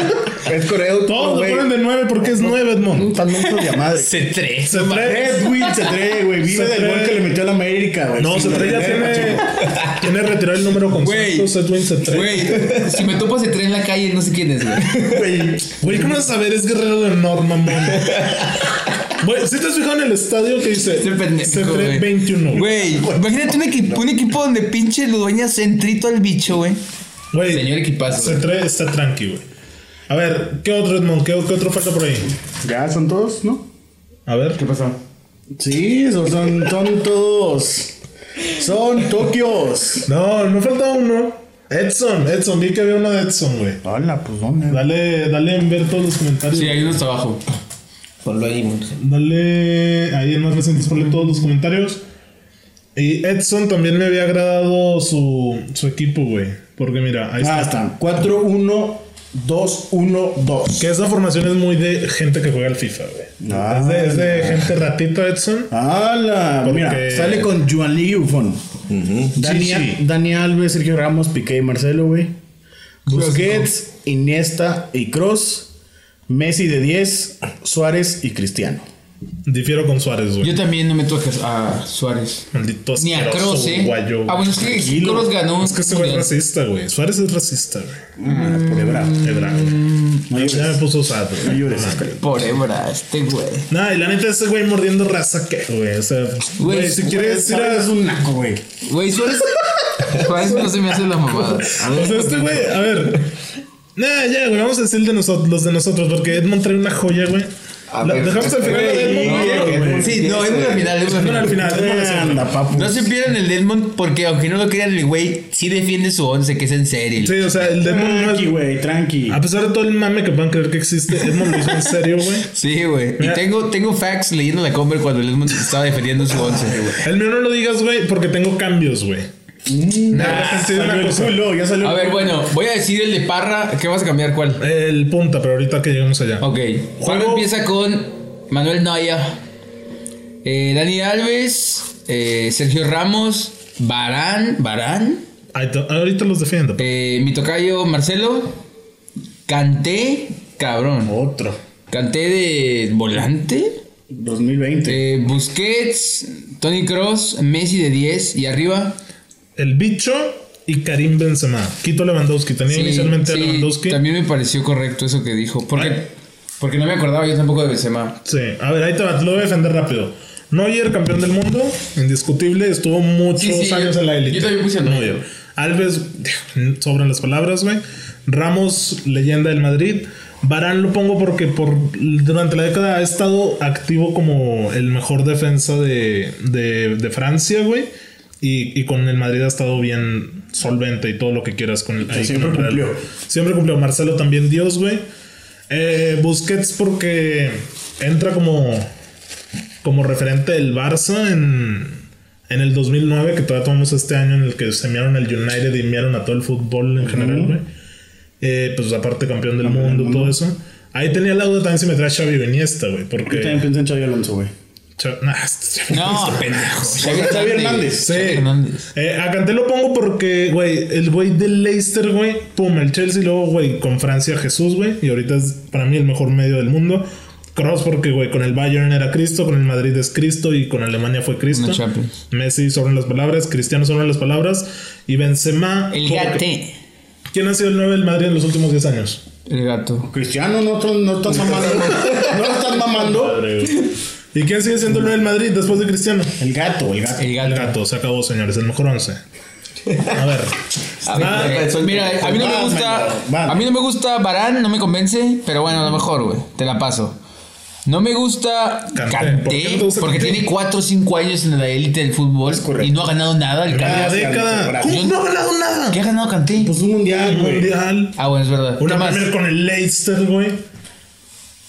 Es coreo.
Todos lo
güey.
ponen de 9 porque es 9, Edmond.
Tan mentos de madre.
C3.
Se trae.
Edwin se trae, güey. Vive
Se
del gol
trae.
que le metió a la América, güey.
No, se
Sí,
trae ya
güey,
tiene. Tiene retirado el número con
Güey.
Santos, Edwin se trae.
Güey, si me topo ese tren en la calle, no sé quién es, güey.
Güey.
Güey, ¿cómo vas a saber? Es guerrero de norma, mamón. Güey, si te has fijado en el estadio que dice
Ese pendejo,
C3
güey.
21.
Güey, imagínate un equipo, un equipo donde pinche Ludueña centrito al bicho, güey.
Güey,
Señor equipazo. güey.
C3 está tranqui, güey. A ver, ¿qué otro, Edmond? ¿Qué, qué otro falta por ahí?
Ya son todos, ¿no?
A ver.
pasó? Sí, esos son, son todos. Son Tokios.
No, no falta uno. Edson, Edson, vi que había uno de Edson, güey.
Hola, pues dónde.
Dale, dale en ver todos los comentarios.
Sí, hay uno hasta abajo.
Ponlo ahí, Monse.
Dale ahí en más recientes, ponle todos los comentarios. Y Edson también me había agradado su, su equipo, güey. Porque mira, ahí
Ah,
está.
están. 4-1-2-1-2.
Que esa formación es muy de gente que juega al FIFA, güey.
Ah,
es de, es de gente ratito, Edson.
¡Hala!
Porque-
Mira, sale con Juan Lee Ufón. Dani,
Sí, sí.
Dani Alves, Sergio Ramos, Piqué y Marcelo, güey. Busquets, Iniesta y Cross. Messi de 10, Suárez y Cristiano.
Difiero con Suárez, güey.
Yo también no me toques a Suárez.
Maldito
Ni a
asqueroso
Kroos, eh.
uruguayo, güey.
Ah, bueno, es que
Tranquilo.
Kroos ganó.
Es que ese güey es
mundial.
racista, güey. Suárez es racista, güey.
Ah, Por Ebra.
Qué bravo.
No
Ya me
llores.
puso sad,
No
güey.
llores, Oscar.
Por hebra, este güey.
Nah, y la neta, ese güey mordiendo raza, ¿qué, güey? O sea, güey, si
Güey,
quieres ir
Suárez
a.
es un naco, güey.
Güey, Suárez. Juárez no se me hace la mamada. A ver.
O sea, este güey, a ver. Nah, ya, güey, vamos a decir el de nosotros, los de nosotros, porque Edmond trae una joya, güey.
A
La-
ver,
dejamos al final la de
güey,
Edmond, güey.
güey.
Sí, no, es una final, es una
Bueno, al
final.
final, Edmond es el-
Ah, Anda, papu.
No se pierdan el Edmond porque aunque no lo crean el güey sí defiende su once que es en serio.
Sí, o sea, el de Edmond no es-
Tranqui, Ah, güey, tranqui.
A pesar de todo el mame que puedan creer que existe, Edmond lo hizo en serio, güey.
Sí, güey. Y
Mira.
tengo, tengo facts leyendo la Conver cuando el Edmond estaba defendiendo su once, güey.
El mío no lo digas, güey, porque tengo cambios, güey.
Mm,
Nah,
Sí, una
salió el
cosa.
culo, ya salió
A
el
ver,
culo.
bueno, voy a decir el de Parra. ¿Qué vas a cambiar? ¿Cuál?
El punta, pero ahorita que lleguemos allá.
Ok. Juan
Juego-
empieza con Manuel Noya, eh, Dani Alves, eh, Sergio Ramos, Barán, Barán,
Ahí te- Ahorita los defiendo.
eh, mi tocayo Marcelo, Canté, cabrón.
Otro.
Canté de volante.
2020.
Eh, Busquets, Tony Cross, Messi de 10 y arriba.
El bicho y Karim Benzema. Quito Lewandowski. Tenía
Sí,
inicialmente
sí,
a Lewandowski.
También me pareció correcto eso que dijo. Porque,
Ay.
porque no me acordaba yo tampoco de Benzema.
Sí, a ver, ahí te va, te lo voy a defender rápido. Neuer, campeón del mundo, indiscutible, estuvo muchos
Sí, sí,
años
yo-
en la élite.
yo también puse a Neuer.
Alves, sobran las palabras, güey. Ramos, leyenda del Madrid. Barán lo pongo porque por, durante la década ha estado activo como el mejor defensa de, de, de Francia, güey. Y, y con el Madrid ha estado bien solvente y todo lo que quieras con el ahí
siempre
con el Real.
cumplió.
Siempre cumplió. Marcelo también, Dios, güey. Eh, Busquets porque entra como, como referente del Barça en, en el 2009, que todavía tomamos este año en el que se enviaron al United y enviaron a todo el fútbol en general, güey. Eh, pues aparte campeón del mundo, todo eso. Ahí tenía la duda también si me trae Xavi o Iniesta, güey,
Yo también
porque...
pienso en Xavi Alonso, güey.
Cha- nah, este-
No, pendejo. Xavi
Xavi Hernández.
Sí.
Xavi Hernández.
Eh, a Kanté lo pongo porque, güey, el güey del Leicester, güey, pum, el Chelsea, luego, güey, con Francia Jesús, güey, y ahorita es para mí el mejor medio del mundo. Cross porque, güey, con el Bayern era Cristo, con el Madrid es Cristo y con Alemania fue Cristo.
Una Champions.
Messi sobre las palabras, Cristiano sobre las palabras y Benzema.
El
porque-
gate.
¿Quién ha sido el 9 del Madrid en los últimos 10 años?
El gato.
Cristiano, no, no, no estás mamando. no lo estás mamando.
¿Y quién sigue siendo el 9 del Madrid después de Cristiano?
El gato, el gato.
El
El
gato.
gato, se acabó, señores, el mejor 11. A ver.
A ver,
Ah,
eh,
soy-
mira, a mí no me
Batman,
gusta.
Batman.
A mí no me gusta Barán, no me convence, pero bueno, a lo mejor, güey. Te la paso. No me gusta
Kanté. ¿Por qué
Kanté
no te gusta
porque
Kanté?
tiene 4 o 5 años en la élite del fútbol
correcto.
y no ha ganado nada. El
Cada
Kanté.
Gracias,
década.
gracias.
¿Cómo no ha ganado nada?
¿Qué ha ganado Kanté?
Pues un mundial,
El
güey.
mundial.
Ah, bueno, es verdad.
Una
¿Qué más?
primera con el Leicester, güey.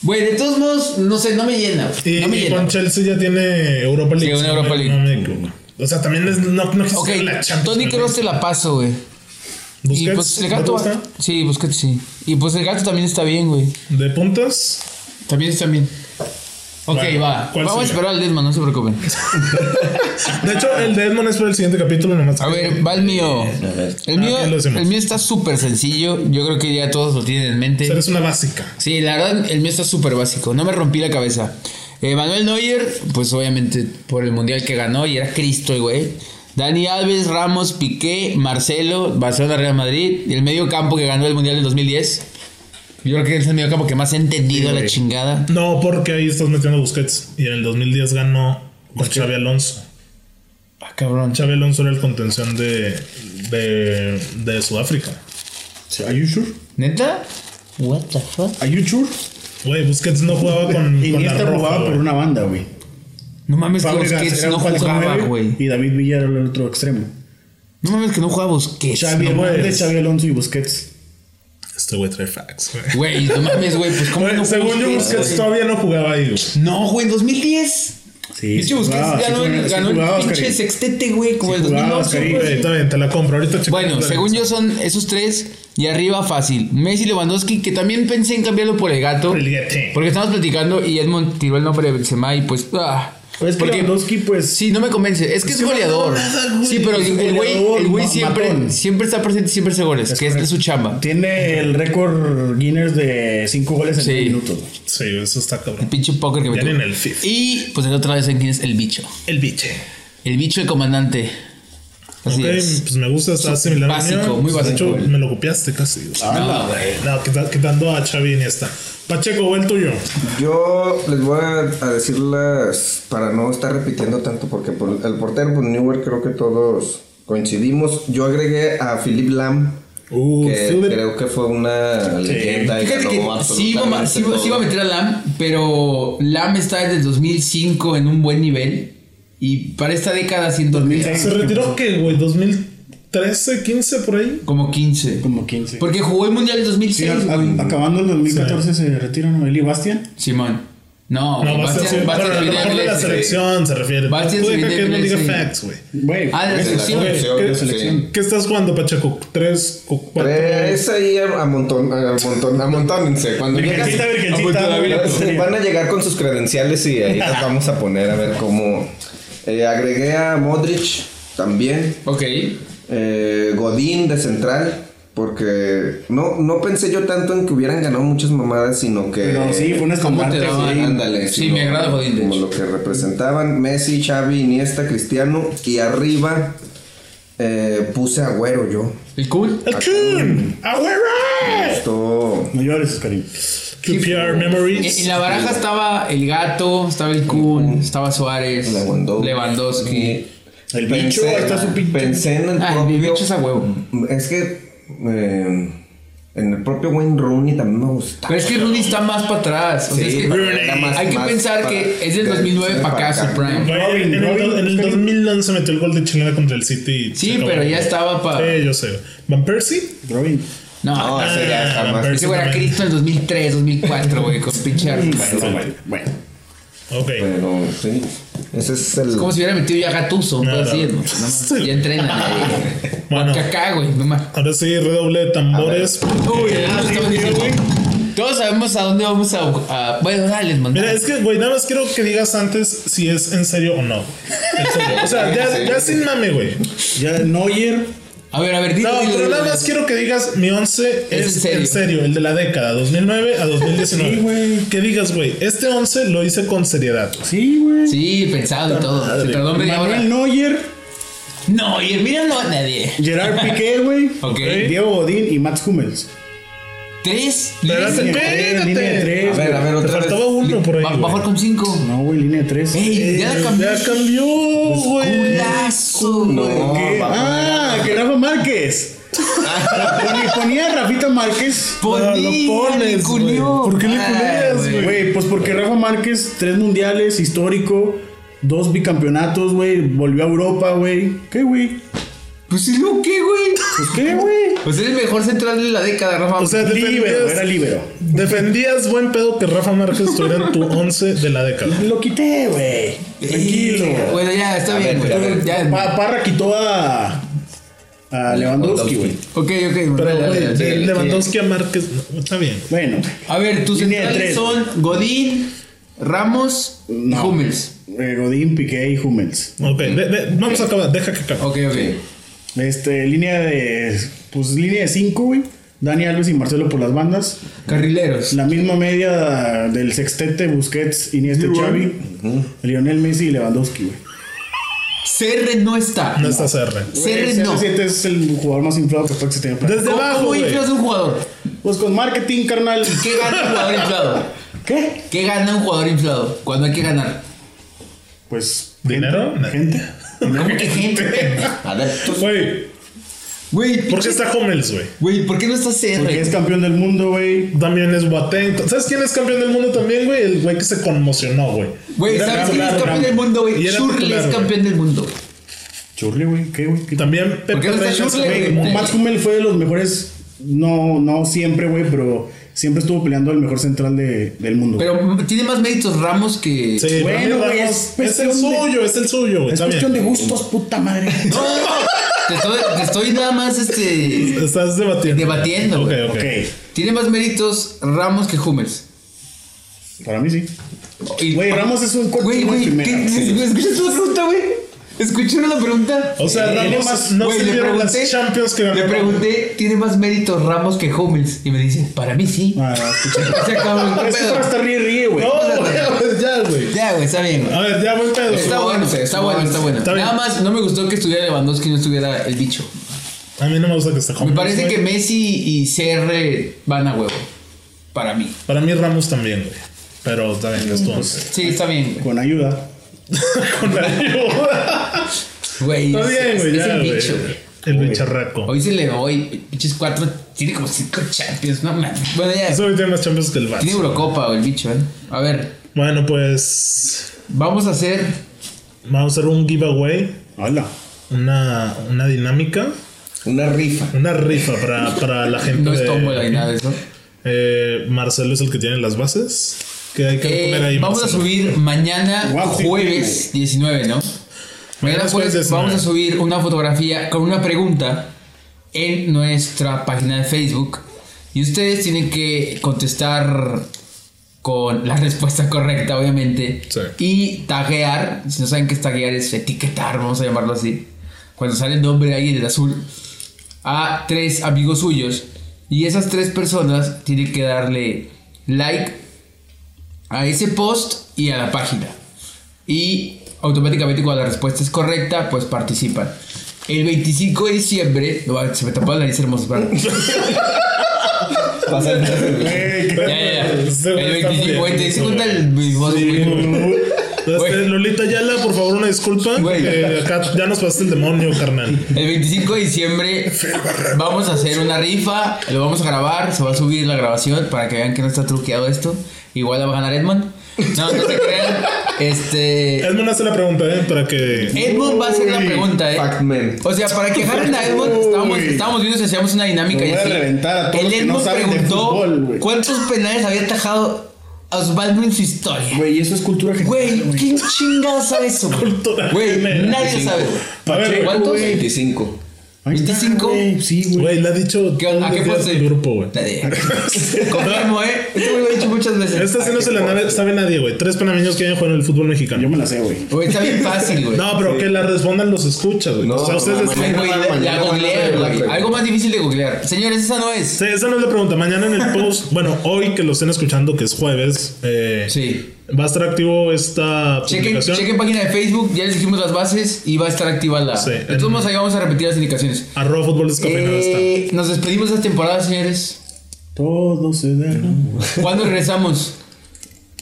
Güey, de todos modos, no sé, no me llena. güey.
Y,
no me
y
llena.
con Chelsea ya tiene Europa League.
Sí, una
No
Europa
me-
League.
no me- o sea, también es, no, no existe
Ok,
la Champions.
Tony
güey.
Kroos te la paso, güey. Y
Busquets,
pues el
¿no te
gato.
gusta?
Sí, Busquets sí. Y pues el gato también está bien, güey.
De puntas.
También está bien. Ok,
Bueno,
va.
¿cuál
Vamos a
sigue?
esperar al Desmond, no se preocupen.
De hecho, el de Edmond es para el siguiente capítulo nomás.
A ver, va el mío. El
Ah,
mío,
¿qué lo hacemos?
el mío está súper sencillo. Yo creo que ya todos lo tienen en
O sea,
mente.
eres una básica.
Sí, la verdad, el mío está súper básico. No me rompí la cabeza. Eh, Manuel Neuer, pues obviamente por el mundial que ganó y era Cristo, el güey. Dani Alves, Ramos, Piqué, Marcelo, Barcelona, Real Madrid. Y el medio campo que ganó el mundial del 2010. Yo creo que es el medio campo que más he entendido a la chingada.
No, porque ahí estás metiendo Busquets. Y en el 2010 ganó con Xavi Alonso.
Ah, cabrón.
Xavi Alonso era el contención de, de, de Sudáfrica.
¿Are you sure?
¿Neta? What the fuck?
¿Are you sure?
Güey, Busquets no jugaba con, con la
Iniesta
roja.
jugaba por
güey.
una banda, güey.
No mames que
Fabregas
Busquets
era
no
un falso
jugaba,
nueve
güey.
Y David Villa era el otro extremo.
No mames que no jugaba Busquets.
Xavi
no
Hernández,
puedes.
Xavi Alonso y Busquets.
Este güey trae facts, güey.
Güey, no mames, güey, pues cómo
Güey,
no
según yo,
Busquets,
Busquets
güey?
todavía no jugaba ahí, güey.
No, güey, en 2010.
Sí.
Pinche Busquets
jugaba, sí
ganó, el-
jugaba, sí
ganó el
jugaba,
pinche
Oscarín.
sextete, güey, como el
jugaba,
2011.
Oscarín.
güey.
Güey, está bien, te la compro. Ahorita checo.
Bueno, según yo son esos tres y arriba fácil. Messi, Lewandowski, que también pensé en cambiarlo por el gato.
El gato.
Porque estamos platicando y Edmond tiró el nombre de Benzema y pues... Ah,
Pues que
porque
Lewandowski, pues.
Sí, no me convence. Es que es
que no
goleador.
ganó nada, güey.
Sí, pero
Es
el güey,
goleador,
el güey
ma-
siempre,
matón.
siempre está presente, siempre hace goles, que es
correcto.
su chamba.
Tiene el récord Guinness de 5 goles en
Sí.
10 minutos.
Sí, eso está
El
cabrón.
pinche póker que
Ya ni en
metió.
el FIFA.
Y pues el otra vez en quién es el bicho.
El biche.
El bicho el comandante. Así
Ok,
es.
pues me gusta, está similar al
básico,
mío.
muy
Pues,
básico,
De hecho,
güey. Ah,
me lo copiaste casi. güey.
No, güey.
No, quita- quitando a Xavi en esta. Pacheco, güey, el tuyo.
Yo les voy a, a decir las para no estar repitiendo tanto porque por- el portero pues Newer creo que todos Coincidimos. Yo agregué a Philip Lam.
Uh,
que
Philip-
creo que fue una leyenda y
Fíjate
que
que
robó
sí iba, ma-
absolutamente
sí iba- sí iba a
todo.
meter a Lam, pero Lam está desde 2005 en un buen nivel. Y para esta década siento que
2006.
¿Se retiró qué, güey? ¿2013, 15 por ahí?
como 15.
Como 15.
Porque jugó el Mundial del
Sí,
2006.
a-
güey.
a- acabando el 2014 se retira Noel y Bastian.
Simón. No,
No,
Bastian-
Bastian,
Bastian
bueno, a
se
lo
viene
mejor de
de
la
MLS, güey.
selección se refiere.
Bastian
Tú
se
deja
viene
que
de
no diga
MLS.
facts, güey.
Güey,
Ah, de la
ese-
De
selección.
la selección,
¿Qué
sí.
selección?
¿Qué estás jugando, Pacheco? ¿Tres, cu- cuatro?
Tres ahí a, a montón, a montón, amontónense. Cuando llegas,
Virgencita,
Apunta
virgencita.
la
güey.
vida.
Sí, van a llegar con sus credenciales y ahí las vamos a poner a ver cómo. Eh, agregué a Modric también.
Ok.
eh, Godín de central. Porque no, no pensé yo tanto en que hubieran ganado muchas mamadas, sino que.
Pero sí, fue un
¿Cómo te
estandarte.
daban?
sí.
Ándale,
Sí,
sino
me agrada Godín, de
Como
hecho.
lo que representaban Messi, Xavi, Iniesta, Cristiano. Y arriba eh, puse a Agüero yo.
El cool.
¡El Kun!
Me
¡Agüero!
gustó.
No llores, Karim.
QPR
Eh, En
Memories.
la baraja estaba el gato, estaba el Kun, estaba Suárez,
Lewandowski.
Lewandowski.
El bicho, ahí está su pinche.
Pensé en el
Ah,
propio.
el bicho es a huevo.
Es que eh, en el propio Wayne Rooney también me gusta.
Pero es que Rooney está más para atrás. O sea, es que
Rooney.
hay que pensar que es del 2009 para acá su prime.
Güey, en, el,
Robin,
do- en el
Robin.
2011 metió el gol de chilena contra el City. y se
Sí,
acabó.
pero ya estaba para.
Sí, yo sé. ¿Van Persie?
Robin.
No,
No, ese ya
Ah,
jamás.
Percy.
ese güey era
también.
Cristo en el 2003, 2004, güey, con pinche Arsenal.
Bueno, bueno, bueno.
Ok.
Pero sí, ese es el.
Es como si hubiera metido ya Gatuso,
Nada.
todo así, ¿no? No mames, ya entrena.
Bueno.
Bueno. Cacá, güey, no mames.
Ahora sí, redoble de tambores.
Uy,
Ah,
eso
sí,
está
güey,
buenísimo.
güey.
Todos sabemos a dónde vamos a. a- bueno, dale, les mandamos.
Mira, es que, güey, nada más quiero que digas antes si es en serio o no. En serio. O sea, ya, ya sin mame, güey.
Ya Neuer.
A ver, a ver, dilo,
No,
dilo,
pero
dilo,
nada
dilo.
más quiero que digas mi 11
Es
es,
en serio.
en serio, el de la década, 2009 a 2019.
Sí, güey.
Que digas, güey, este 11 lo hice con seriedad.
Sí, güey.
Sí, pensado y todo.
madre.
Se tardó media hora.
Manuel Neuer.
No, y mira, no a nadie.
Gerard Piqué, güey. Eh,
Ok.
Diego Godín y Max Hummels.
Tres.
Espérate,
Línea de tres, línea
espérate.
de
A
tres,
ver, a
güey.
ver,
Te
otra vez.
faltaba uno por ahí.
Va, va a
güey. Eh,
jugar con cinco.
No, güey, línea de tres. Eh,
Ey, ya la cambió.
Ya cambió,
Pues,
güey.
Culazo,
No,
güey.
¿Qué?
va a
Ah, que Rafa Márquez. Ponía- Ponía a Rafita Márquez.
No, lo
Ponía,
pones,
le culió.
güey. ¿Por qué le
Ay,
culeas, güey?
Güey, pues porque Rafa Márquez, tres mundiales, histórico, dos bicampeonatos, güey, volvió a Europa, güey. ¿Qué, güey?
Pues sí, lo que, güey.
Pues qué, güey.
Pues es el mejor central de la década, Rafa.
O sea,
Libero, era
defendías,
libero.
defendías buen pedo que Rafa Márquez estuviera en tu 11 de la década.
Lo quité, güey.
Eh,
Tranquilo.
Bueno, ya, está
A
bien,
ver, a
güey.
ver.
Ya.
Pa- Parra quitó a, a Lewandowski, güey.
Ok, ok.
Pero,
dale,
güey,
dale,
de
dale,
Lewandowski a Márquez, no, está bien.
Bueno,
A ver, tus
Línea de tres.
centrales son Godín, Ramos y
No.
Hummels.
eh, Godín, Piqué y Hummels.
Ok, de- de- vamos a acabar, deja que acabe.
Ok, ok.
Este, línea de. Pues línea de 5, güey. Dani Alves y Marcelo por las bandas.
Carrileros.
La misma media del sextete Busquets, Iniesta, y Xavi, Lionel Messi y Lewandowski, güey.
Serre no está.
No estás R.
Serre
Güey,
no.
CR7 es el jugador más inflado que puede existir. en el planeta.
Desde
¿Cómo,
abajo,
cómo
güey.
inflas un jugador?
Pues con marketing, carnal.
¿Qué gana un jugador inflado?
¿Qué?
¿Qué gana un jugador inflado? Cuando hay que ganar.
Pues.
¿Dinero?
gente, Gente.
¿Cómo que gente?
Adeptos.
Güey,
Güey,
¿por qué está Hummels, güey?
Güey, ¿por qué no está
Porque es
CR?
campeón del mundo, güey.
También es Boateng. ¿Sabes quién es campeón del mundo también, güey? El güey que se conmocionó, güey.
Güey,
Era
¿sabes quién
titular,
es campeón
güey.
del mundo, güey?
Y era
Shurley
titular,
es
güey.
campeón del mundo.
Churri, güey. ¿Qué, güey?
Y también Pepe
¿Por qué no está
Reina es
Schürrle,
campeón
güey?
del mundo.
Max Hummel fue de los mejores. No, no siempre, güey, pero siempre estuvo peleando el mejor central de- del mundo.
Pero tiene más méritos Ramos que.
Sí,
Bueno,
Ramos
güey,
es,
es
el
cuestión de-
suyo, es el suyo, güey.
es
Pues, Está
cuestión
bien.
de gustos, puta madre.
No, no, no. Te estoy, te estoy nada más este.
Estás debatiendo.
Debatiendo,
Ok,
güey.
ok.
ok.
Tiene más méritos Ramos que Hummels.
Para mí sí.
Y-
Güey, Ramos es un coche
Güey,
de
güey,
primera.
¿qué- ¿escuchaste la pregunta, güey? ¿Escucharon la pregunta? Eh,
O sea,
Tiene
Ramos
más-
no
Güey,
se
le
vieron las
pregunté.
Champions que ganó.
le pregunté, ¿tiene más méritos Ramos que Hummels? Y me dice, para mí sí.
Ah, escucha.
Se acabó
Es que para estar ríe, ríe, güey.
No, güey, ya, güey.
Ya, güey, está bien, güey.
A ver, ya, buen pedo.
Está bueno, está bueno, está bueno.
Está bien.
Nada más no me gustó que estuviera Lewandowski y no estuviera el bicho.
A mí no me gusta que esté
Me
Hummels,
parece
güey.
que Messi y CR van a huevo. Para mí.
Para mí Ramos también, güey. Pero está bien, es tu once.
Sí, está bien, güey.
Con ayuda.
Con la ayuda.
Güey,
Está
es-
bien,
es-
güey,
es
ya,
el
güey.
bicho, güey.
El bicharraco.
Hoy se le voy, pinches cuatro, tiene como cinco champions, no mames. Bueno, ya,
Eso hoy tiene más champions que el
tiene
Barça.
Eurocopa, güey, el bicho, ¿eh? A ver,
Bueno, pues
vamos a hacer.
vamos a hacer un giveaway,
Hola.
una, una dinámica,
Una rifa.
una rifa para, para la gente.
No es
de-
tómbola ni nada de eso.
Eh, Marcelo es el que tiene las bases. Que hay que
Eh,
poner ahí.
vamos a
Marcelo.
subir mañana
Wow, sí,
jueves 19, ¿no? Mañana
es
jueves
jueves
vamos a
19.
subir una fotografía con una pregunta en nuestra página de Facebook y ustedes tienen que contestar con la respuesta correcta, obviamente,
Sí.
y taguear, si no saben qué es taguear es etiquetar, vamos a llamarlo así. Cuando sale el nombre ahí en el azul, a tres amigos suyos. Y esas tres personas tienen que darle like a ese post y a la página. Y automáticamente cuando la respuesta es correcta, pues participan. El 25 de diciembre... no, ay, se me tapó la nariz hermosa. espera. Pasa el-
Güey, qué-
Ya, ya, ya.
Ese güey
El
está
25, güey,
muy
te diste
bien,
cuenta
güey.
el- mi voz,
Sí, güey.
güey.
Entonces,
Güey.
Pues, eh, Lolita Yala, por favor, una disculpa.
Güey.
que acá ya nos pasaste el demonio, carnal.
El 25 de diciembre vamos a hacer una rifa, lo vamos a grabar, se va a subir la grabación para que vean que no está truqueado esto. Igual la va a ganar Edmond. No, no se crean. Este.
Edmund hace la pregunta, ¿eh? Para que.
Edmond va a hacer la pregunta,
Fact
eh.
man.
O sea, para que jalen a Edmond, estábamos,
Uy.
estábamos viendo si hacíamos una dinámica
Lo
y
voy a
así.
reventar a todos
El
los que no
Edmond
saben de
preguntó
fútbol, güey.
cuántos penales había atajado Osvaldo en su historia.
Güey, eso es cultura
Güey,
general,
¿quién chingada sabe eso? güey?
Cultura
Güey,
general.
nadie lo sabe.
A
güey.
ver,
¿Cuántos?
25.
Ahí está,
25.
güey, Sí, güey.
Güey, le ha dicho.
¿Qué- ¿A
todos
qué
los días
poste?
del grupo, güey.
Confirmo, ¿eh? Esto me lo he dicho muchas veces.
Esta sí no se la na- sabe nadie, güey. Tres panameños que hayan jugado en el fútbol
Yo
mexicano.
me la sé, güey.
Güey, está bien fácil, güey.
No, pero que la respondan los escuchas, güey.
No,
o sea, ustedes.
no,
Ay, güey, la- la googleé, güey. Algo más difícil de googlear. Señores, esa no es.
Sí, esa no es la pregunta. Mañana en el post, bueno, hoy que lo estén escuchando, que es jueves, eh,
Sí.
va a estar activo esta
Chequen,
publicación.
chequen página de Facebook, ya les dijimos las bases y va a estar activa la.
Sí.
de todos modos, ahí vamos a repetir las indicaciones.
Arroba fútbol descafeinado está.
Eh, nos despedimos de esta temporada, señores.
Todo se da.
¿Cuándo regresamos?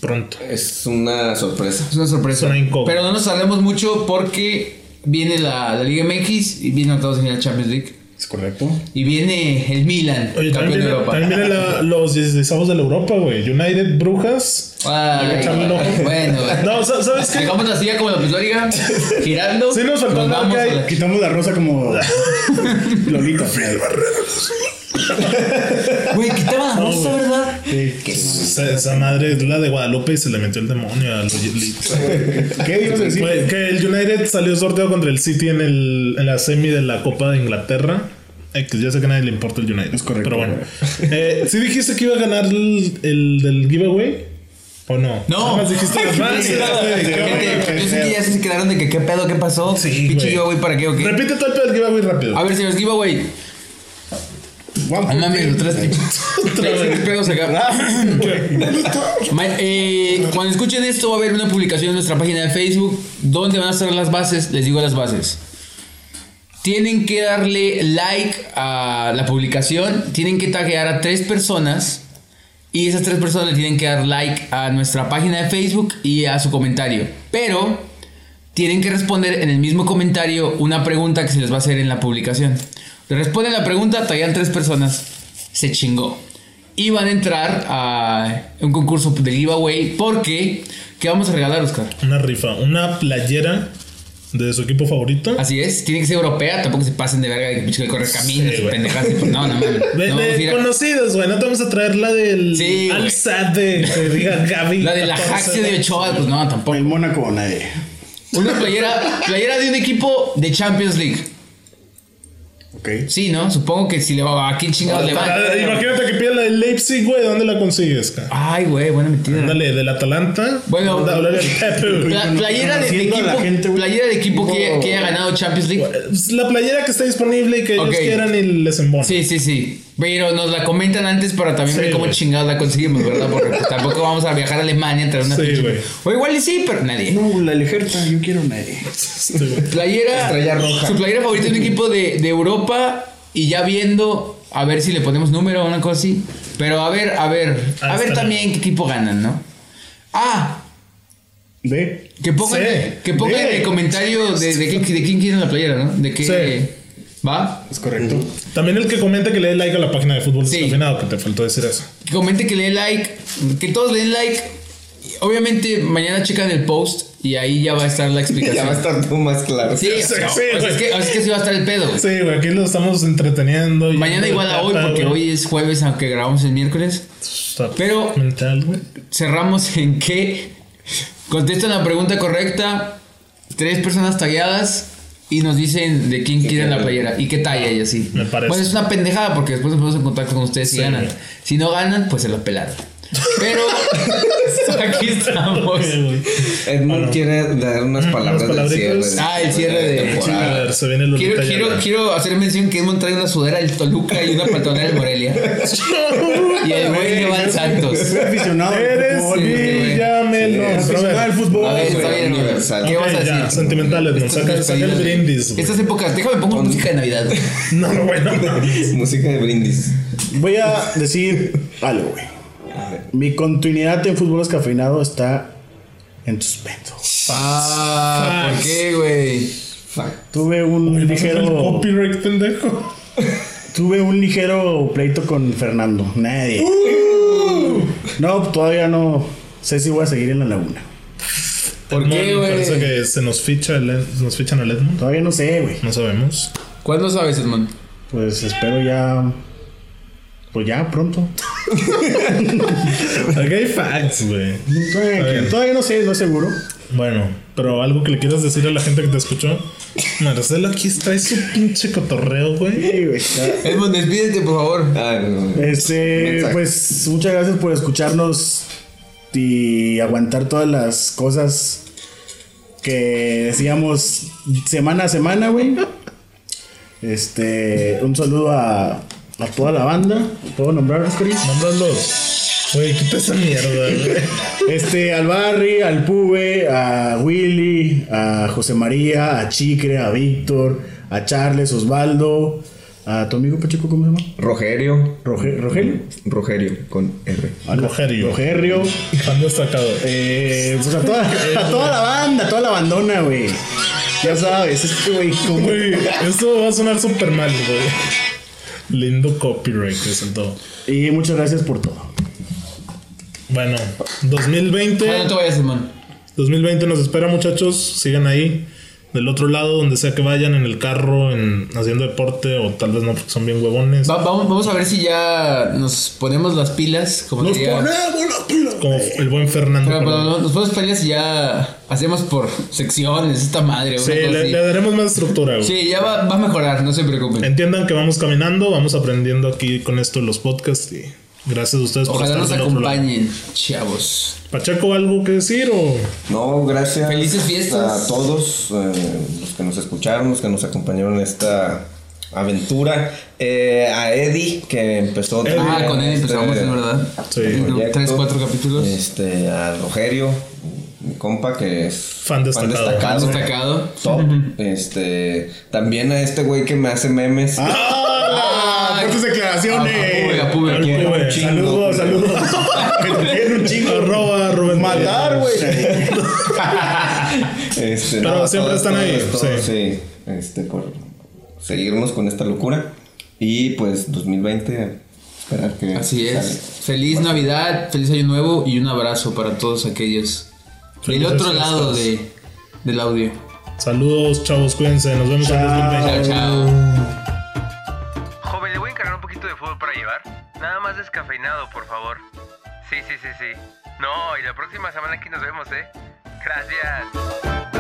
Pronto.
Es una sorpresa.
Es una sorpresa.
Es una incógnita.
Pero no nos tardemos mucho porque viene la, la Liga MX y vienen todos en la Champions League.
¿Es correcto?
Y viene el Milan,
Oye,
campeón
también
de
viene,
Europa.
también viene la- los 16 de la Europa, güey. United, Brujas.
Ay,
Hay que echarle un ojo.
bueno,
No, sa- ¿sabes qué?
Dejamos la silla como la pistoliga, girando.
Sí, nos faltó hablar
vamos
que
a
hay-
la-
Quitamos la rosa como. Lolita.
Güey, quitaba la rosa, ¿verdad?
Sí.
Esa, esa madre es la de Guadalupe y se le metió el demonio a los
¿Qué ibas a decir?
Güey, Pues, que el United salió sorteo contra el City en, el, en la semi de la Copa de Inglaterra. Eh, que ya sé que a nadie le importa el United.
Es correcto.
Pero bueno. Eh, ¿Sí dijiste que iba a ganar el, el del giveaway? ¿O no? Nada
No.
más dijiste las bases, güey, qué
Gente,
bueno.
Yo sé que ya se quedaron de que qué pedo, qué pasó.
Sí,
Pinche
güey.
yo, güey, ¿para qué o qué?
Repite todo el pedo del giveaway rápido.
A ver, señores, giveaway.
Juan,
No mames, otras
Otra vez.
¿Qué pedos acá? Ma- eh, cuando escuchen esto, va a haber una publicación en nuestra página de Facebook donde van a estar las bases. Les digo las bases. Tienen que darle like a la publicación. Tienen que taguear a tres personas. Y esas tres personas le tienen que dar like a nuestra página de Facebook y a su comentario. Pero tienen que responder en el mismo comentario una pregunta que se les va a hacer en la publicación. Le responden la pregunta, taguean tres personas. Se chingó. Y van a entrar a un concurso de giveaway porque... ¿Qué vamos a regalar, Oscar?
Una rifa, una playera de su equipo favorito.
Así es, tiene que ser europea, tampoco se pasen de verga de que pinche que corre caminos
Sí,
y
güey.
pendejadas. Pues No, no mames.
De, de
No, vamos a ir a-
conocidos, güey. No te vamos a traer la del
Sí, güey.
Al-Sad de que diga Gaby.
La de la
14.
Jaxia de Ochoa, pues no, tampoco.
El Mónaco, nadie.
Una playera, playera de un equipo de Champions League.
Ok.
Sí, ¿no? Supongo que si le va a quién chingados le
La-
va.
la- Ah, Imagínate que pide la del Leipzig, güey. ¿Dónde la consigues, cara?
Ay, güey, buena mentira.
Ándale, del Atalanta.
Bueno.
Anda, háblale al Pepe.
Pla- playera de, de
Conociendo a la
equipo,
gente, güey.
playera de equipo que, que haya ganado Champions League.
Es Pues, La playera que está disponible y que ellos
Ok.
quieran y les embonan.
Sí, sí, sí. Pero nos la comentan antes para también
Sí,
ver cómo
güey.
chingados la conseguimos, ¿verdad? Porque pues, tampoco vamos a viajar a Alemania a traer una
Sí,
pinche-
güey.
O igual y sí, pero nadie.
No, la Lejerta, yo quiero nadie.
Sí, este, güey.
Playera.
Estrella roja.
Su playera favorita es un equipo de, de Europa. Y ya viendo, a ver si le ponemos número o una cosa así. Pero a ver, a ver.
Ah,
a ver
está
también qué equipo ganan, ¿no? Ah,
¿Ve?
Que pongan,
Sí.
que pongan en
Sí.
el comentario de, de, quién, de quién quieren la playera, ¿no? De qué va.
Es correcto.
También el que comente que le dé like a la página de fútbol
Sí.
descafeinado, que te faltó decir eso.
Que comente que le dé like, que todos le den like. Obviamente mañana checan el post y ahí ya va a estar la explicación.
Ya va a estar todo más claro.
Sí,
Sí,
no,
sí,
o sea,
güey.
es, que, o sea, es que sí va a estar el pedo. güey.
Sí, güey, aquí lo estamos entreteniendo. y-
Mañana igual a hoy, porque hoy es jueves, aunque grabamos el miércoles.
Está
Pero-
Mental, güey.
Cerramos en que contestan la pregunta correcta, tres personas talladas y nos dicen de quién quieren la playera y qué talla y así.
Me parece.
Bueno, es una pendejada porque después nos ponemos en contacto con ustedes y
Sí.
ganan. Si no ganan, pues se los pelaron. Pero aquí estamos.
Sí, güey.
Edmund quiere dar unas palabras del
palabritas.
cierre.
Ah, el cierre de-
A
temporada.
ver, se viene el
Quiero,
Lolita
quiero,
Yala.
quiero hacer mención que Edmond trae una sudadera del Toluca y una pantalonera del Morelia. Y el güey le va al Santos.
Soy aficionado al
Eres
fútbol,
Sí, güey.
Villamelón.
aficionado
Pero a ver,
al fútbol.
A ver,
Está bien, Ah, güey.
Universal.
¿Qué
Ok,
vas a decir?
ya, sentimentales, ¿no?
Estas
Saca- saca el
despedidas, güey.
brindis, güey.
Estas épocas, déjame pongo música de Navidad. güey.
No, güey, no, no.
Música de brindis.
Voy a decir algo, güey. Mi continuidad en fútbol descafeinado está en suspenso.
Ah, ¿por qué, güey?
Tuve un
El
ligero.
copyright, pendejo.
Tuve un ligero pleito con Fernando. Nadie. ¡Uh! No, todavía no sé si voy a seguir en la laguna.
¿Por qué,
Edmond, Parece
güey?
que se nos ficha, el Ed- nos fichan al Edmund.
Todavía no sé, güey.
No sabemos.
¿Cuándo sabes, Edmond?
Pues espero ya. Pues ya pronto.
Aquí hay facts, güey.
Todavía, todavía no sé, no es seguro.
Bueno, pero algo que le quieras decir a la gente que te escuchó. Marcelo aquí trae su pinche cotorreo, güey.
Sí, güey, ya.
Edmond, despídete, por favor.
Ah, no.
Este,
Mensaje.
pues muchas gracias por escucharnos y aguantar todas las cosas que decíamos semana a semana, güey. Este, un saludo a, a toda la banda. ¿Puedo nombrarlos, Chris?
Mándalos. Güey, quita esa mierda, güey.
Este, al Barry, al Pube, a Willy, a José María, a Chicre, a Víctor, a Charles, Osvaldo, a tu amigo Pacheco, ¿cómo se llama?
Rogerio.
Roge- ¿Rogelio?
Rogerio con R.
Ah,
Rogerio.
Rogerio.
Fan destacado.
Eh, pues a toda, a toda la banda, a toda la bandona, güey. Ya sabes, es que, güey, como-
Güey, esto va a sonar súper mal, güey. Lindo copyright que soltó.
Y muchas gracias por todo.
Bueno, 2020.
Bueno, no te vayas, Edmond.
2020 nos espera, muchachos. Sigan ahí. Del otro lado, donde sea que vayan, en el carro, en haciendo deporte, o tal vez no, porque son bien huevones.
Va- vamos, vamos a ver si ya nos ponemos las pilas, como
Nos
diría.
ponemos la pila.
Como el buen Fernando.
Pero, pero
Perdón.
no, nos ponemos pilas y ya hacemos por secciones, esta madre.
Sí,
una cosa
le,
así.
le daremos más estructura, güey.
sí ya va, va a mejorar, no se preocupen.
Entiendan que vamos caminando, vamos aprendiendo aquí con esto en los podcasts y gracias a ustedes
Ojalá
por
nos
estar del otro lado.
acompañen, chavos.
Pacheco, ¿algo que decir o...?
No, gracias.
Felices fiestas.
A todos eh, los que nos escucharon, los que nos acompañaron en esta aventura. Eh, a Eddie, que empezó.
Eddie.
también
Ah, con él empezamos,
este
en verdad.
Eh, Sí.
Entre
proyecto.
Tres, cuatro capítulos.
Eh,
Este, a Rogerio, mi compa, que es.
Fan destacado.
Tan destacado.
Top. Este, también a este güey que me hace memes.
¡Ah! ¡Fuertes declaraciones!
A Pube, a Pube.
Al Pube.
un chingo.
Saludos, saludos. Que te quieren un chingo.
Arroba Rubén
Matar, güey.
Este,
Pero siempre están ahí,
todos,
sí.
sí. Este, por seguirnos con esta locura. Y pues 2020, esperar que.
Así es.
salga.
Feliz Navidad, feliz Año Nuevo y un abrazo para todos aquellos del
Felices
otro lado
fiestas.
de, del audio.
Saludos, chavos, cuídense. Nos vemos en
Chao.
2020.
Chao, chao.
Joven, le voy a encargar un poquito de fútbol para llevar. Nada más descafeinado, por favor. Sí, sí, sí, sí. No, y la próxima semana aquí nos vemos, ¿eh? Gracias.